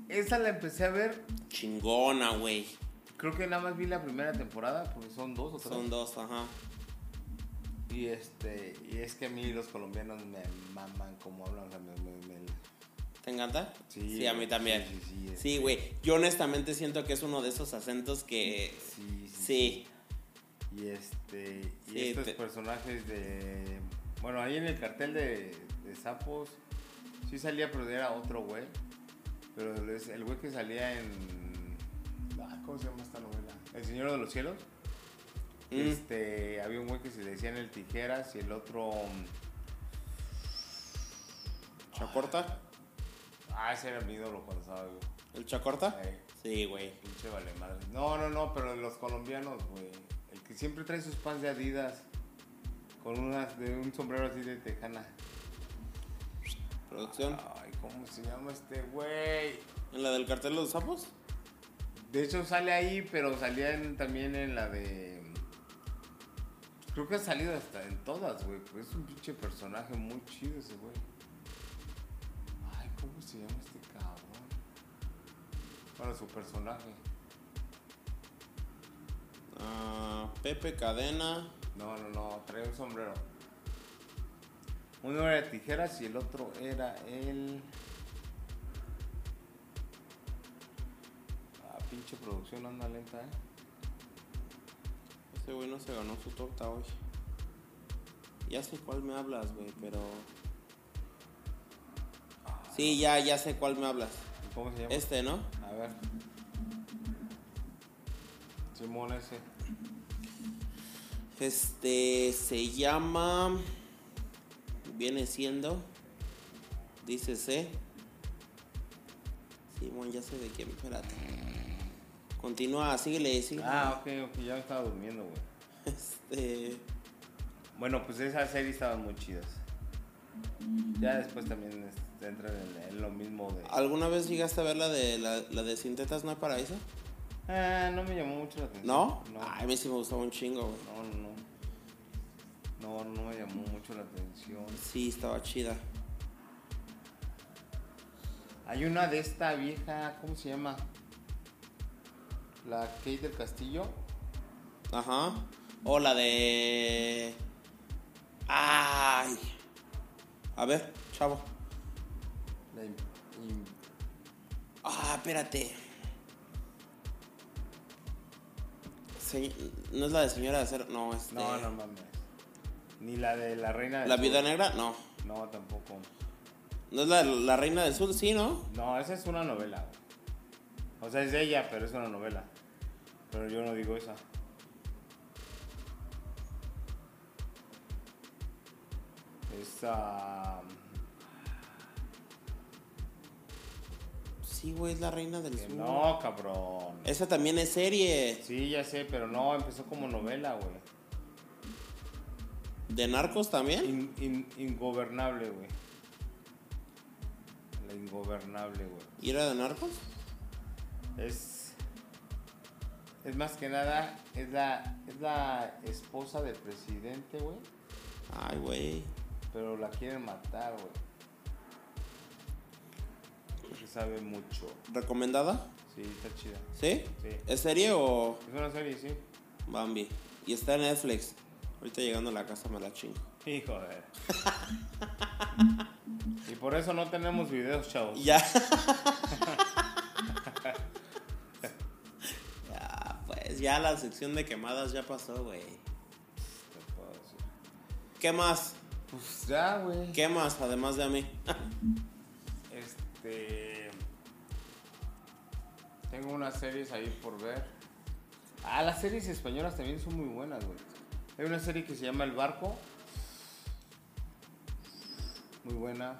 Speaker 1: Esa la empecé a ver.
Speaker 2: Chingona, güey.
Speaker 1: Creo que nada más vi la primera temporada, porque son dos o tres.
Speaker 2: Son dos, ajá.
Speaker 1: Y este, y es que a mí los colombianos me maman como hablan, o sea, me- me- me-
Speaker 2: ¿Te encanta?
Speaker 1: Sí,
Speaker 2: a mí también.
Speaker 1: sí, sí, este. sí,
Speaker 2: Sí, güey. Yo honestamente siento que es uno de esos acentos que...
Speaker 1: sí, sí,
Speaker 2: Sí.
Speaker 1: Y este, y
Speaker 2: Sí,
Speaker 1: estos
Speaker 2: te-
Speaker 1: personajes de, bueno, ahí en el cartel de, de sapos sí salía, pero era otro güey, pero es el güey que salía en, ah, ¿cómo se llama esta novela? El Señor de los Cielos.
Speaker 2: Mm.
Speaker 1: Este, había un güey que se le decían el Tijeras y el otro,
Speaker 2: ¿Chacorta?
Speaker 1: ah, ese era mi ídolo cuando estaba vivo.
Speaker 2: ¿El Chacorta?
Speaker 1: Ay.
Speaker 2: Sí, güey.
Speaker 1: Pinche vale madre. No, no, no, pero los colombianos, güey. El que siempre trae sus pants de Adidas con unas de un sombrero así de tejana.
Speaker 2: Producción.
Speaker 1: Ay, ¿cómo se llama este güey?
Speaker 2: ¿En la del cartel de los sapos?
Speaker 1: De hecho sale ahí, pero salía en- también en la de Creo que ha salido hasta en todas, güey. Pero es un pinche personaje muy chido ese güey. Ay, ¿cómo se llama este cabrón? Bueno, su personaje.
Speaker 2: Ah, Pepe Cadena.
Speaker 1: No, no, no, traía un sombrero. Uno era de tijeras y el otro era el. Ah, pinche producción anda lenta, eh.
Speaker 2: Ese güey no se ganó su torta hoy. Ya sé cuál me hablas, güey, pero...
Speaker 1: Ah.
Speaker 2: Sí, ya, ya sé cuál me hablas.
Speaker 1: ¿Cómo se llama?
Speaker 2: Este, ¿no?
Speaker 1: A ver. Simón ese.
Speaker 2: Este se llama. Viene siendo. Dice C. Simón, ya sé de quién, espérate. Continúa, síguele, síguele.
Speaker 1: Ah, ok, ok, ya me estaba durmiendo, güey.
Speaker 2: Este.
Speaker 1: Bueno, pues esas series estaban muy chidas. Ya después también este, entran en, en lo mismo de.
Speaker 2: ¿Alguna vez llegaste a ver la de la, la de Sintetas No hay Paraíso?
Speaker 1: Ah, no me llamó mucho la atención.
Speaker 2: ¿No?
Speaker 1: No.
Speaker 2: Ay, a mí sí me gustaba un chingo, güey.
Speaker 1: No, no, no. No, no me llamó mucho la atención.
Speaker 2: Sí, estaba chida.
Speaker 1: Hay una de esta vieja, ¿cómo se llama? La Kate del Castillo.
Speaker 2: Ajá. O la de. Ay. A ver, chavo.
Speaker 1: La im- im-
Speaker 2: Ah, espérate. se- no es la de señora de acero, no, este.
Speaker 1: No, no mames. Ni la de la reina del
Speaker 2: La
Speaker 1: sur.
Speaker 2: viuda negra, no.
Speaker 1: No, tampoco.
Speaker 2: No es la, la reina del sur, sí, ¿no?
Speaker 1: No, esa es una novela. güey. O sea, es de ella, pero es una novela. Pero yo no digo esa. Esa. mm,
Speaker 2: Sí, güey, es la reina del
Speaker 1: que
Speaker 2: sur.
Speaker 1: No, cabrón.
Speaker 2: Esa también es serie.
Speaker 1: Sí, ya sé, pero no, empezó como novela, güey.
Speaker 2: ¿De narcos también?
Speaker 1: In- in- ingobernable, güey. La ingobernable, güey.
Speaker 2: ¿Y era de narcos?
Speaker 1: Es. Es más que nada. Es la. Es la esposa del presidente, güey.
Speaker 2: Ay, güey.
Speaker 1: Pero la quieren matar, güey. Porque sabe mucho.
Speaker 2: ¿Recomendada?
Speaker 1: Sí, está chida.
Speaker 2: ¿Sí?
Speaker 1: Sí.
Speaker 2: ¿Es serie o
Speaker 1: Es una serie, sí.
Speaker 2: Bambi? Y está en Netflix. Ahorita llegando a la casa me la chingo.
Speaker 1: Hijo de. y por eso no tenemos videos, chavos.
Speaker 2: Ya. ya, pues ya la sección de quemadas ya pasó, güey.
Speaker 1: Te puedo decir.
Speaker 2: ¿Qué más?
Speaker 1: Pues ya, güey.
Speaker 2: ¿Qué más? Además de a mí.
Speaker 1: Este. Tengo unas series ahí por ver. Ah, las series españolas también son muy buenas, güey. Hay una serie que se llama El Barco. Muy buena.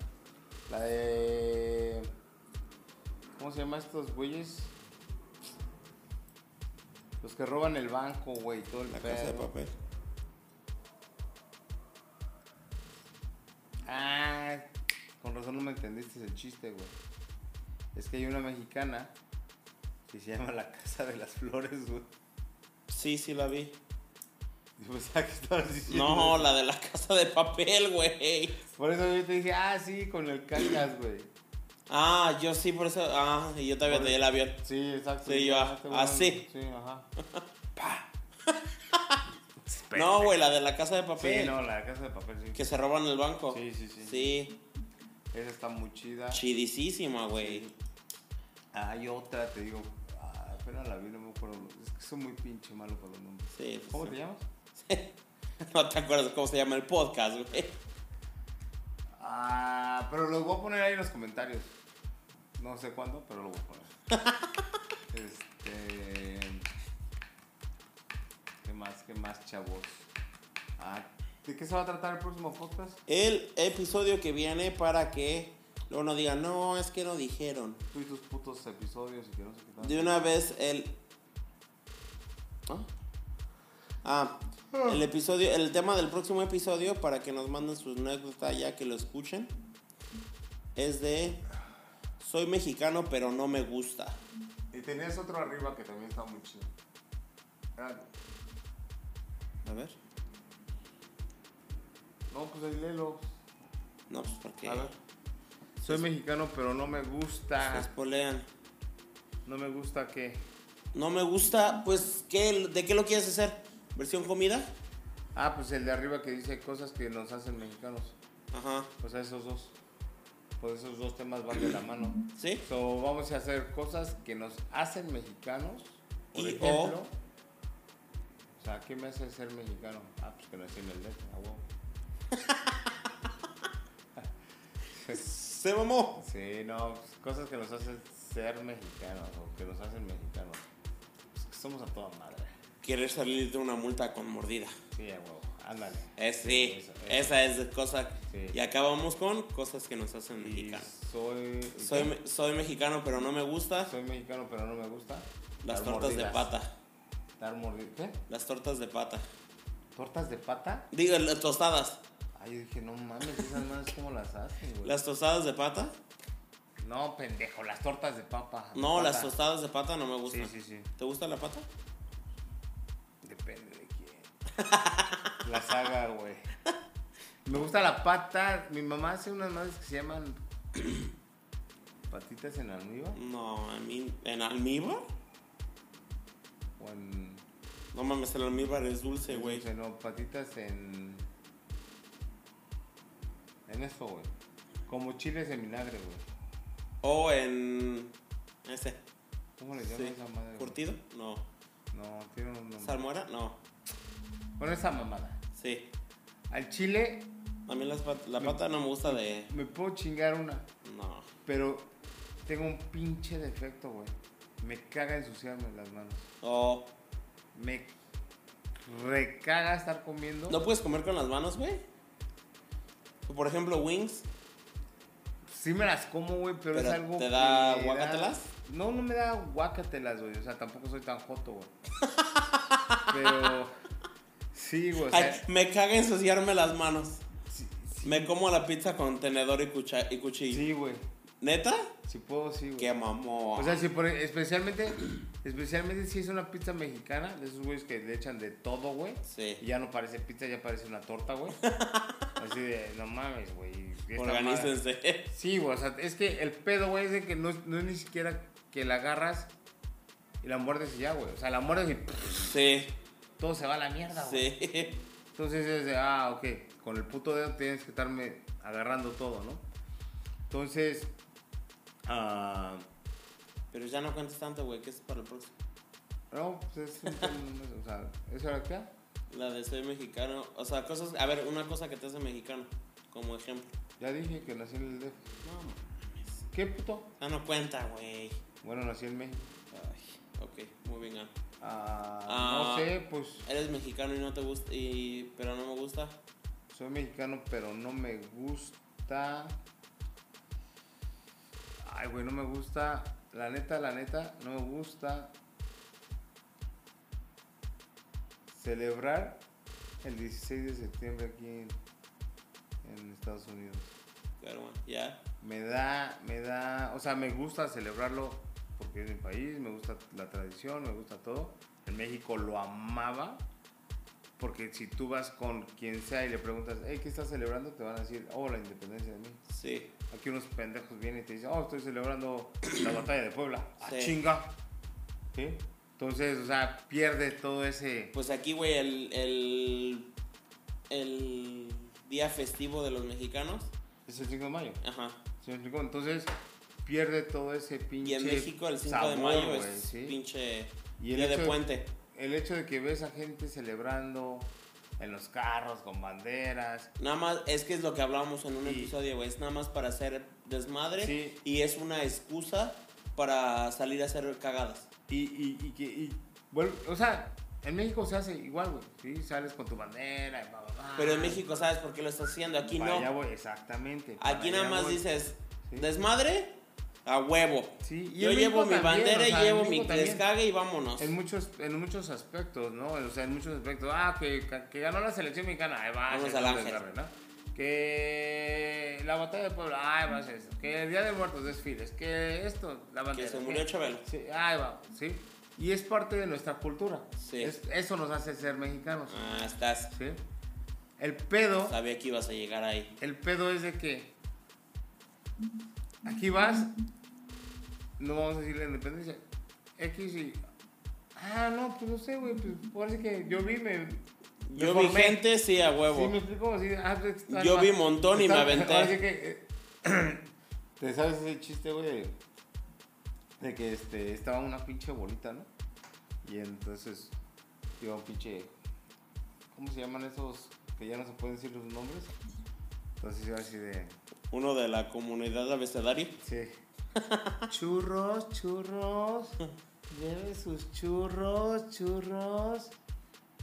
Speaker 1: La de. ¿Cómo se llama estos güeyes? Los que roban el banco, güey, todo el
Speaker 2: La casa de
Speaker 1: pedo.
Speaker 2: papel.
Speaker 1: Ah, con razón no me entendiste el chiste, güey. Es que hay una mexicana que se llama La Casa de las Flores, güey.
Speaker 2: Sí, sí la vi.
Speaker 1: Yo pensaba que estabas diciendo.
Speaker 2: No, la de la casa de papel, güey.
Speaker 1: Por eso yo te dije, ah, sí, con el cacas, güey.
Speaker 2: Ah, yo sí, por eso. Ah, y yo todavía tenía el avión.
Speaker 1: Sí, exacto.
Speaker 2: Sí, yo,
Speaker 1: Ah, este
Speaker 2: ah,
Speaker 1: güey,
Speaker 2: sí.
Speaker 1: Sí, ajá.
Speaker 2: No, güey, la de la casa de papel.
Speaker 1: Sí, no, la Casa de Papel, sí.
Speaker 2: Que se roban el banco.
Speaker 1: Sí, sí, sí.
Speaker 2: Sí,
Speaker 1: Esa está muy chida.
Speaker 2: chidísima, güey.
Speaker 1: Hay otra, te digo. Ah, apenas la vi, no me acuerdo. Es que soy muy pinche malo para los nombres.
Speaker 2: Sí, pues,
Speaker 1: ¿Cómo
Speaker 2: sí.
Speaker 1: te llamas?
Speaker 2: No te acuerdas cómo se llama el podcast, güey.
Speaker 1: Ah, pero los voy a poner ahí en los comentarios. No sé cuándo, pero lo voy a poner. este. ¿Qué más? ¿Qué más, chavos? Ah, ¿De qué se va a tratar el próximo podcast?
Speaker 2: El episodio que viene para que luego no digan, no, es que no dijeron.
Speaker 1: Tú y tus putos episodios y que no sé qué tal.
Speaker 2: De una vez el. ¿Ah? Ah, el episodio, el tema del próximo episodio para que nos manden sus anécdotas ya que lo escuchen es de soy mexicano pero no me gusta.
Speaker 1: Y tenías otro arriba que también está muy chido. Ah, Era-
Speaker 2: A ver,
Speaker 1: No, pues ahí léelo.
Speaker 2: no pues porque
Speaker 1: A ver. Soy mexicano, pero no me
Speaker 2: se
Speaker 1: gusta.
Speaker 2: espolean.
Speaker 1: No me gusta que.
Speaker 2: No me gusta, pues ¿qué, de qué lo quieres hacer? Versión comida.
Speaker 1: Ah, pues el de arriba que dice cosas que nos hacen mexicanos.
Speaker 2: Ajá.
Speaker 1: Pues a esos dos. Pues esos dos temas van de la mano.
Speaker 2: Sí.
Speaker 1: So, vamos a hacer cosas que nos hacen mexicanos. Por
Speaker 2: Y o-
Speaker 1: ejemplo. O sea, ¿qué me hace ser mexicano? Ah, pues que nací en el DF, a huevo.
Speaker 2: Se mamó.
Speaker 1: Sí, no, pues, cosas que nos hacen ser mexicanos o que nos hacen mexicanos. Pues que somos a toda madre.
Speaker 2: Querer salir de una multa con mordida.
Speaker 1: Sí, a huevo. Ándale.
Speaker 2: Eh, sí,
Speaker 1: Eso, eso.
Speaker 2: esa es cosa.
Speaker 1: Sí.
Speaker 2: Y acabamos con cosas que nos hacen
Speaker 1: Y
Speaker 2: mexicanos.
Speaker 1: soy,
Speaker 2: Soy, me- soy mexicano, pero no me gusta
Speaker 1: soy mexicano, pero no me gusta. dar
Speaker 2: las tortas
Speaker 1: mordidas.
Speaker 2: de pata.
Speaker 1: Dar mordi- ¿Qué?
Speaker 2: Las tortas de pata.
Speaker 1: ¿Tortas de pata?
Speaker 2: Digo, las tostadas.
Speaker 1: Ay, yo dije, no mames, esas manos cómo las hacen, güey.
Speaker 2: ¿Las tostadas de pata?
Speaker 1: No, pendejo, las tortas de papa.
Speaker 2: No,
Speaker 1: de
Speaker 2: las
Speaker 1: pata.
Speaker 2: tostadas de pata no me gustan.
Speaker 1: Sí, sí, sí.
Speaker 2: ¿Te gusta la pata?
Speaker 1: Depende de quién. las haga, güey. Me gusta la pata. Mi mamá hace unas madres que se llaman patitas en almíbar
Speaker 2: No, a mí- ¿en almíbar?
Speaker 1: o en
Speaker 2: No mames, el almíbar es dulce, güey.
Speaker 1: dulce, no, patitas en en esto, güey. Como chiles en vinagre, güey.
Speaker 2: O en. Ese.
Speaker 1: ¿Cómo le llaman
Speaker 2: sí.
Speaker 1: Pues a esa madre? güey?
Speaker 2: ¿Curtido? No.
Speaker 1: No, tiene un nombre.
Speaker 2: ¿Salmuera? No.
Speaker 1: Bueno, esa mamada.
Speaker 2: Sí.
Speaker 1: Al chile
Speaker 2: A mí las pat- la pata no me gusta de.
Speaker 1: me puedo chingar una,
Speaker 2: No.
Speaker 1: pero tengo un pinche defecto, güey. Me caga ensuciarme las manos.
Speaker 2: O.
Speaker 1: Me recaga estar comiendo.
Speaker 2: ¿No puedes comer con las manos, güey? Por ejemplo, wings.
Speaker 1: Sí me las como, güey, pero,
Speaker 2: ¿Pero
Speaker 1: es algo
Speaker 2: te da
Speaker 1: que
Speaker 2: guácatelas?
Speaker 1: No, no me da guácatelas, güey. O sea, tampoco soy tan joto, güey. pero... Sí, güey. o sea,
Speaker 2: Ay, me caga ensuciarme las manos.
Speaker 1: sí, sí,
Speaker 2: Me como la pizza con tenedor y, cucha y cuchillo.
Speaker 1: sí, güey.
Speaker 2: ¿Neta?
Speaker 1: Si puedo, sí, güey.
Speaker 2: Qué mamón.
Speaker 1: O sea, si por, especialmente, especialmente si es una pizza mexicana, de esos güeyes que le echan de todo, güey.
Speaker 2: Sí.
Speaker 1: Y ya no parece pizza, ya parece una torta, güey. Así de, no mames, güey. esta madre-
Speaker 2: Organícense.
Speaker 1: Sí, güey, o sea, es que el pedo, güey, es de que no, es- no es ni siquiera que la agarras y la muerdes y ya, güey. O sea, la muerdes y pff,
Speaker 2: Sí.
Speaker 1: todo se va a la mierda, güey.
Speaker 2: Sí.
Speaker 1: Entonces es de, ah, ok, con el puto dedo tienes que estarme agarrando todo, ¿no? Entonces, ah...
Speaker 2: Pero ya no cuentes tanto, güey, que es para el próximo.
Speaker 1: No, pues es un tema nomás, o sea, ¿eso era qué?
Speaker 2: La de soy mexicano. O sea, cosas. A ver, una cosa que te hace mexicano. Como ejemplo.
Speaker 1: Ya dije que nací en el DF.
Speaker 2: No mames.
Speaker 1: ¿Qué puto?
Speaker 2: Ah, no cuenta, güey.
Speaker 1: Bueno, nací en México.
Speaker 2: Ay, ok, muy bien. Ana.
Speaker 1: Ah,
Speaker 2: Ah.
Speaker 1: No sé, pues
Speaker 2: Eres mexicano y no te gusta. Y, pero no me gusta.
Speaker 1: soy mexicano, pero no me gusta. Ay, güey, no me gusta. La neta, la neta, no me gusta celebrar el 16 de septiembre aquí en, en Estados Unidos.
Speaker 2: Pero bueno, ya.
Speaker 1: me da, me da, o sea, me gusta celebrarlo porque es mi país, me gusta la tradición, me gusta todo. En México lo amaba porque si tú vas con quien sea y le preguntas, hey, ¿qué estás celebrando? Te van a decir, oh, la independencia de México.
Speaker 2: Sí.
Speaker 1: Aquí unos pendejos vienen y te dicen, oh, estoy celebrando la batalla de Puebla. ¡Ah,
Speaker 2: Sí.
Speaker 1: chinga! ¿Sí? Entonces, o sea, pierde todo ese...
Speaker 2: Pues aquí, güey, el, el. El día festivo de los mexicanos.
Speaker 1: Es el 5 de mayo.
Speaker 2: Ajá.
Speaker 1: ¿Sí me explico? Entonces, pierde todo ese pinche
Speaker 2: Y en México el 5 de
Speaker 1: sabor,
Speaker 2: mayo
Speaker 1: güey,
Speaker 2: es
Speaker 1: ¿sí?
Speaker 2: pinche
Speaker 1: Y el
Speaker 2: día
Speaker 1: hecho
Speaker 2: de
Speaker 1: de-
Speaker 2: puente.
Speaker 1: el hecho de que ves a gente celebrando en los carros con banderas.
Speaker 2: Nada más, es que es lo que hablábamos en un
Speaker 1: Y-
Speaker 2: episodio, güey. Es nada más para hacer desmadre
Speaker 1: Sí.
Speaker 2: y es una excusa para salir a hacer cagadas.
Speaker 1: Y, y, y que. y vuel- o sea, en México se hace igual, güey. ¿sí? Sales con tu bandera. y bla, bla, bla.
Speaker 2: Pero en México, ¿sabes por qué lo estás haciendo? Aquí
Speaker 1: Para allá
Speaker 2: no.
Speaker 1: voy, exactamente. para
Speaker 2: Aquí nada
Speaker 1: allá
Speaker 2: más
Speaker 1: voy.
Speaker 2: dices,
Speaker 1: Sí.
Speaker 2: desmadre a huevo.
Speaker 1: Sí, y
Speaker 2: Yo
Speaker 1: en
Speaker 2: llevo
Speaker 1: México
Speaker 2: mi
Speaker 1: también,
Speaker 2: bandera,
Speaker 1: o sea, en
Speaker 2: llevo mi
Speaker 1: México también.
Speaker 2: descague y vámonos.
Speaker 1: En muchos, en muchos aspectos, ¿no? O sea, en muchos aspectos. Ah, que, que ganó la selección mexicana. Ahí va,
Speaker 2: Vamos
Speaker 1: ese
Speaker 2: al
Speaker 1: es un
Speaker 2: Ángel.
Speaker 1: desgarre, ¿no? Que la batalla de Puebla. Ahí va, ese es. Que el Día de Muertos desfiles. Que esto, la bandera.
Speaker 2: Que se murió Chabelo.
Speaker 1: Sí, ahí va, sí. Y es parte de nuestra cultura.
Speaker 2: Sí.
Speaker 1: Es- eso nos hace ser mexicanos.
Speaker 2: Ah, estás.
Speaker 1: ¿sí? El pedo,
Speaker 2: Sabía que ibas a llegar ahí.
Speaker 1: el pedo es de que aquí vas, no vamos a decir la independencia. X y. Ah, no, pues no sé, güey. Pues parece que yo vi, me. me
Speaker 2: Yo vi
Speaker 1: formé.
Speaker 2: gente, sí, a
Speaker 1: Sí, me
Speaker 2: huevo.
Speaker 1: explico. Sí, ah, pues, está-
Speaker 2: Yo vi montón y
Speaker 1: está-
Speaker 2: me aventé.
Speaker 1: ahora sí que, eh, ¿Te sabes ese chiste, güey? De que este, estaba una pinche bolita, ¿no? Y entonces iba un pinche. ¿Cómo se llaman esos que ya no se pueden decir los nombres? Entonces iba así de.
Speaker 2: Uno de la comunidad abecedario.
Speaker 1: Sí. churros, churros. Lleve sus churros, churros.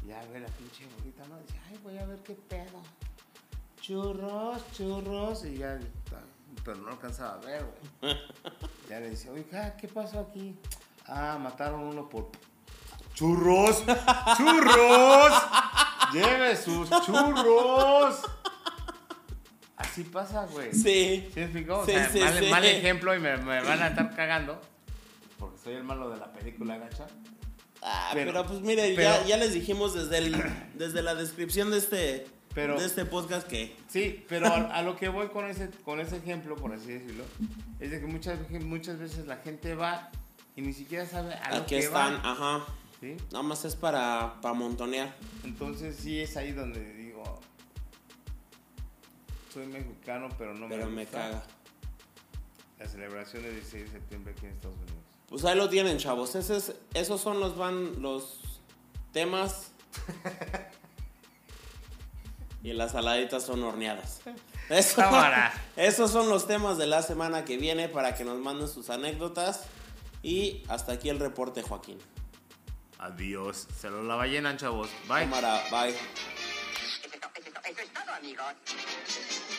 Speaker 1: Ya ve la pinche bolita, ¿no? Dice, ay, voy a ver qué pedo. Churros, churros. Y ya, ta- pero no alcanzaba a ver, güey. ya le dice, oiga, ¿qué pasó aquí? Ah, mataron uno por. ¡Churros! ¡Churros! ¡Lleve sus churros! Así pasa, güey.
Speaker 2: Sí.
Speaker 1: ¿Sí me explicó? O
Speaker 2: Sí,
Speaker 1: sea,
Speaker 2: sí,
Speaker 1: mal,
Speaker 2: sí.
Speaker 1: mal ejemplo y me, me van a estar cagando. Porque soy el malo de la película, gacha.
Speaker 2: Ah, pero,
Speaker 1: Pero-
Speaker 2: pues mire, ya,
Speaker 1: pero-
Speaker 2: ya les dijimos desde, el, desde la descripción de este,
Speaker 1: Pero-
Speaker 2: de este podcast que
Speaker 1: Sí, pero a, a lo que voy con ese, con ese ejemplo, por así decirlo, es de que muchas, veces- muchas veces la gente va y ni siquiera sabe a lo
Speaker 2: aquí
Speaker 1: que
Speaker 2: están,
Speaker 1: va.
Speaker 2: ajá.
Speaker 1: ¿sí?
Speaker 2: Nada más es para, para montonear.
Speaker 1: Entonces sí es ahí donde digo, soy mexicano, pero no
Speaker 2: pero
Speaker 1: me
Speaker 2: me
Speaker 1: gusta
Speaker 2: caga.
Speaker 1: la celebración del 16 de septiembre aquí en Estados Unidos.
Speaker 2: Pues ahí lo tienen, chavos. Ese es- esos son los van los temas. Y las saladitas son horneadas. Eso-
Speaker 6: Cámara.
Speaker 2: esos son los temas de la semana que viene para que nos manden sus anécdotas. Y hasta aquí el reporte, Joaquín.
Speaker 1: Adiós. Se lo la ballenan, chavos. Bye.
Speaker 2: Cámara, bye.
Speaker 3: Eso es todo, amigos.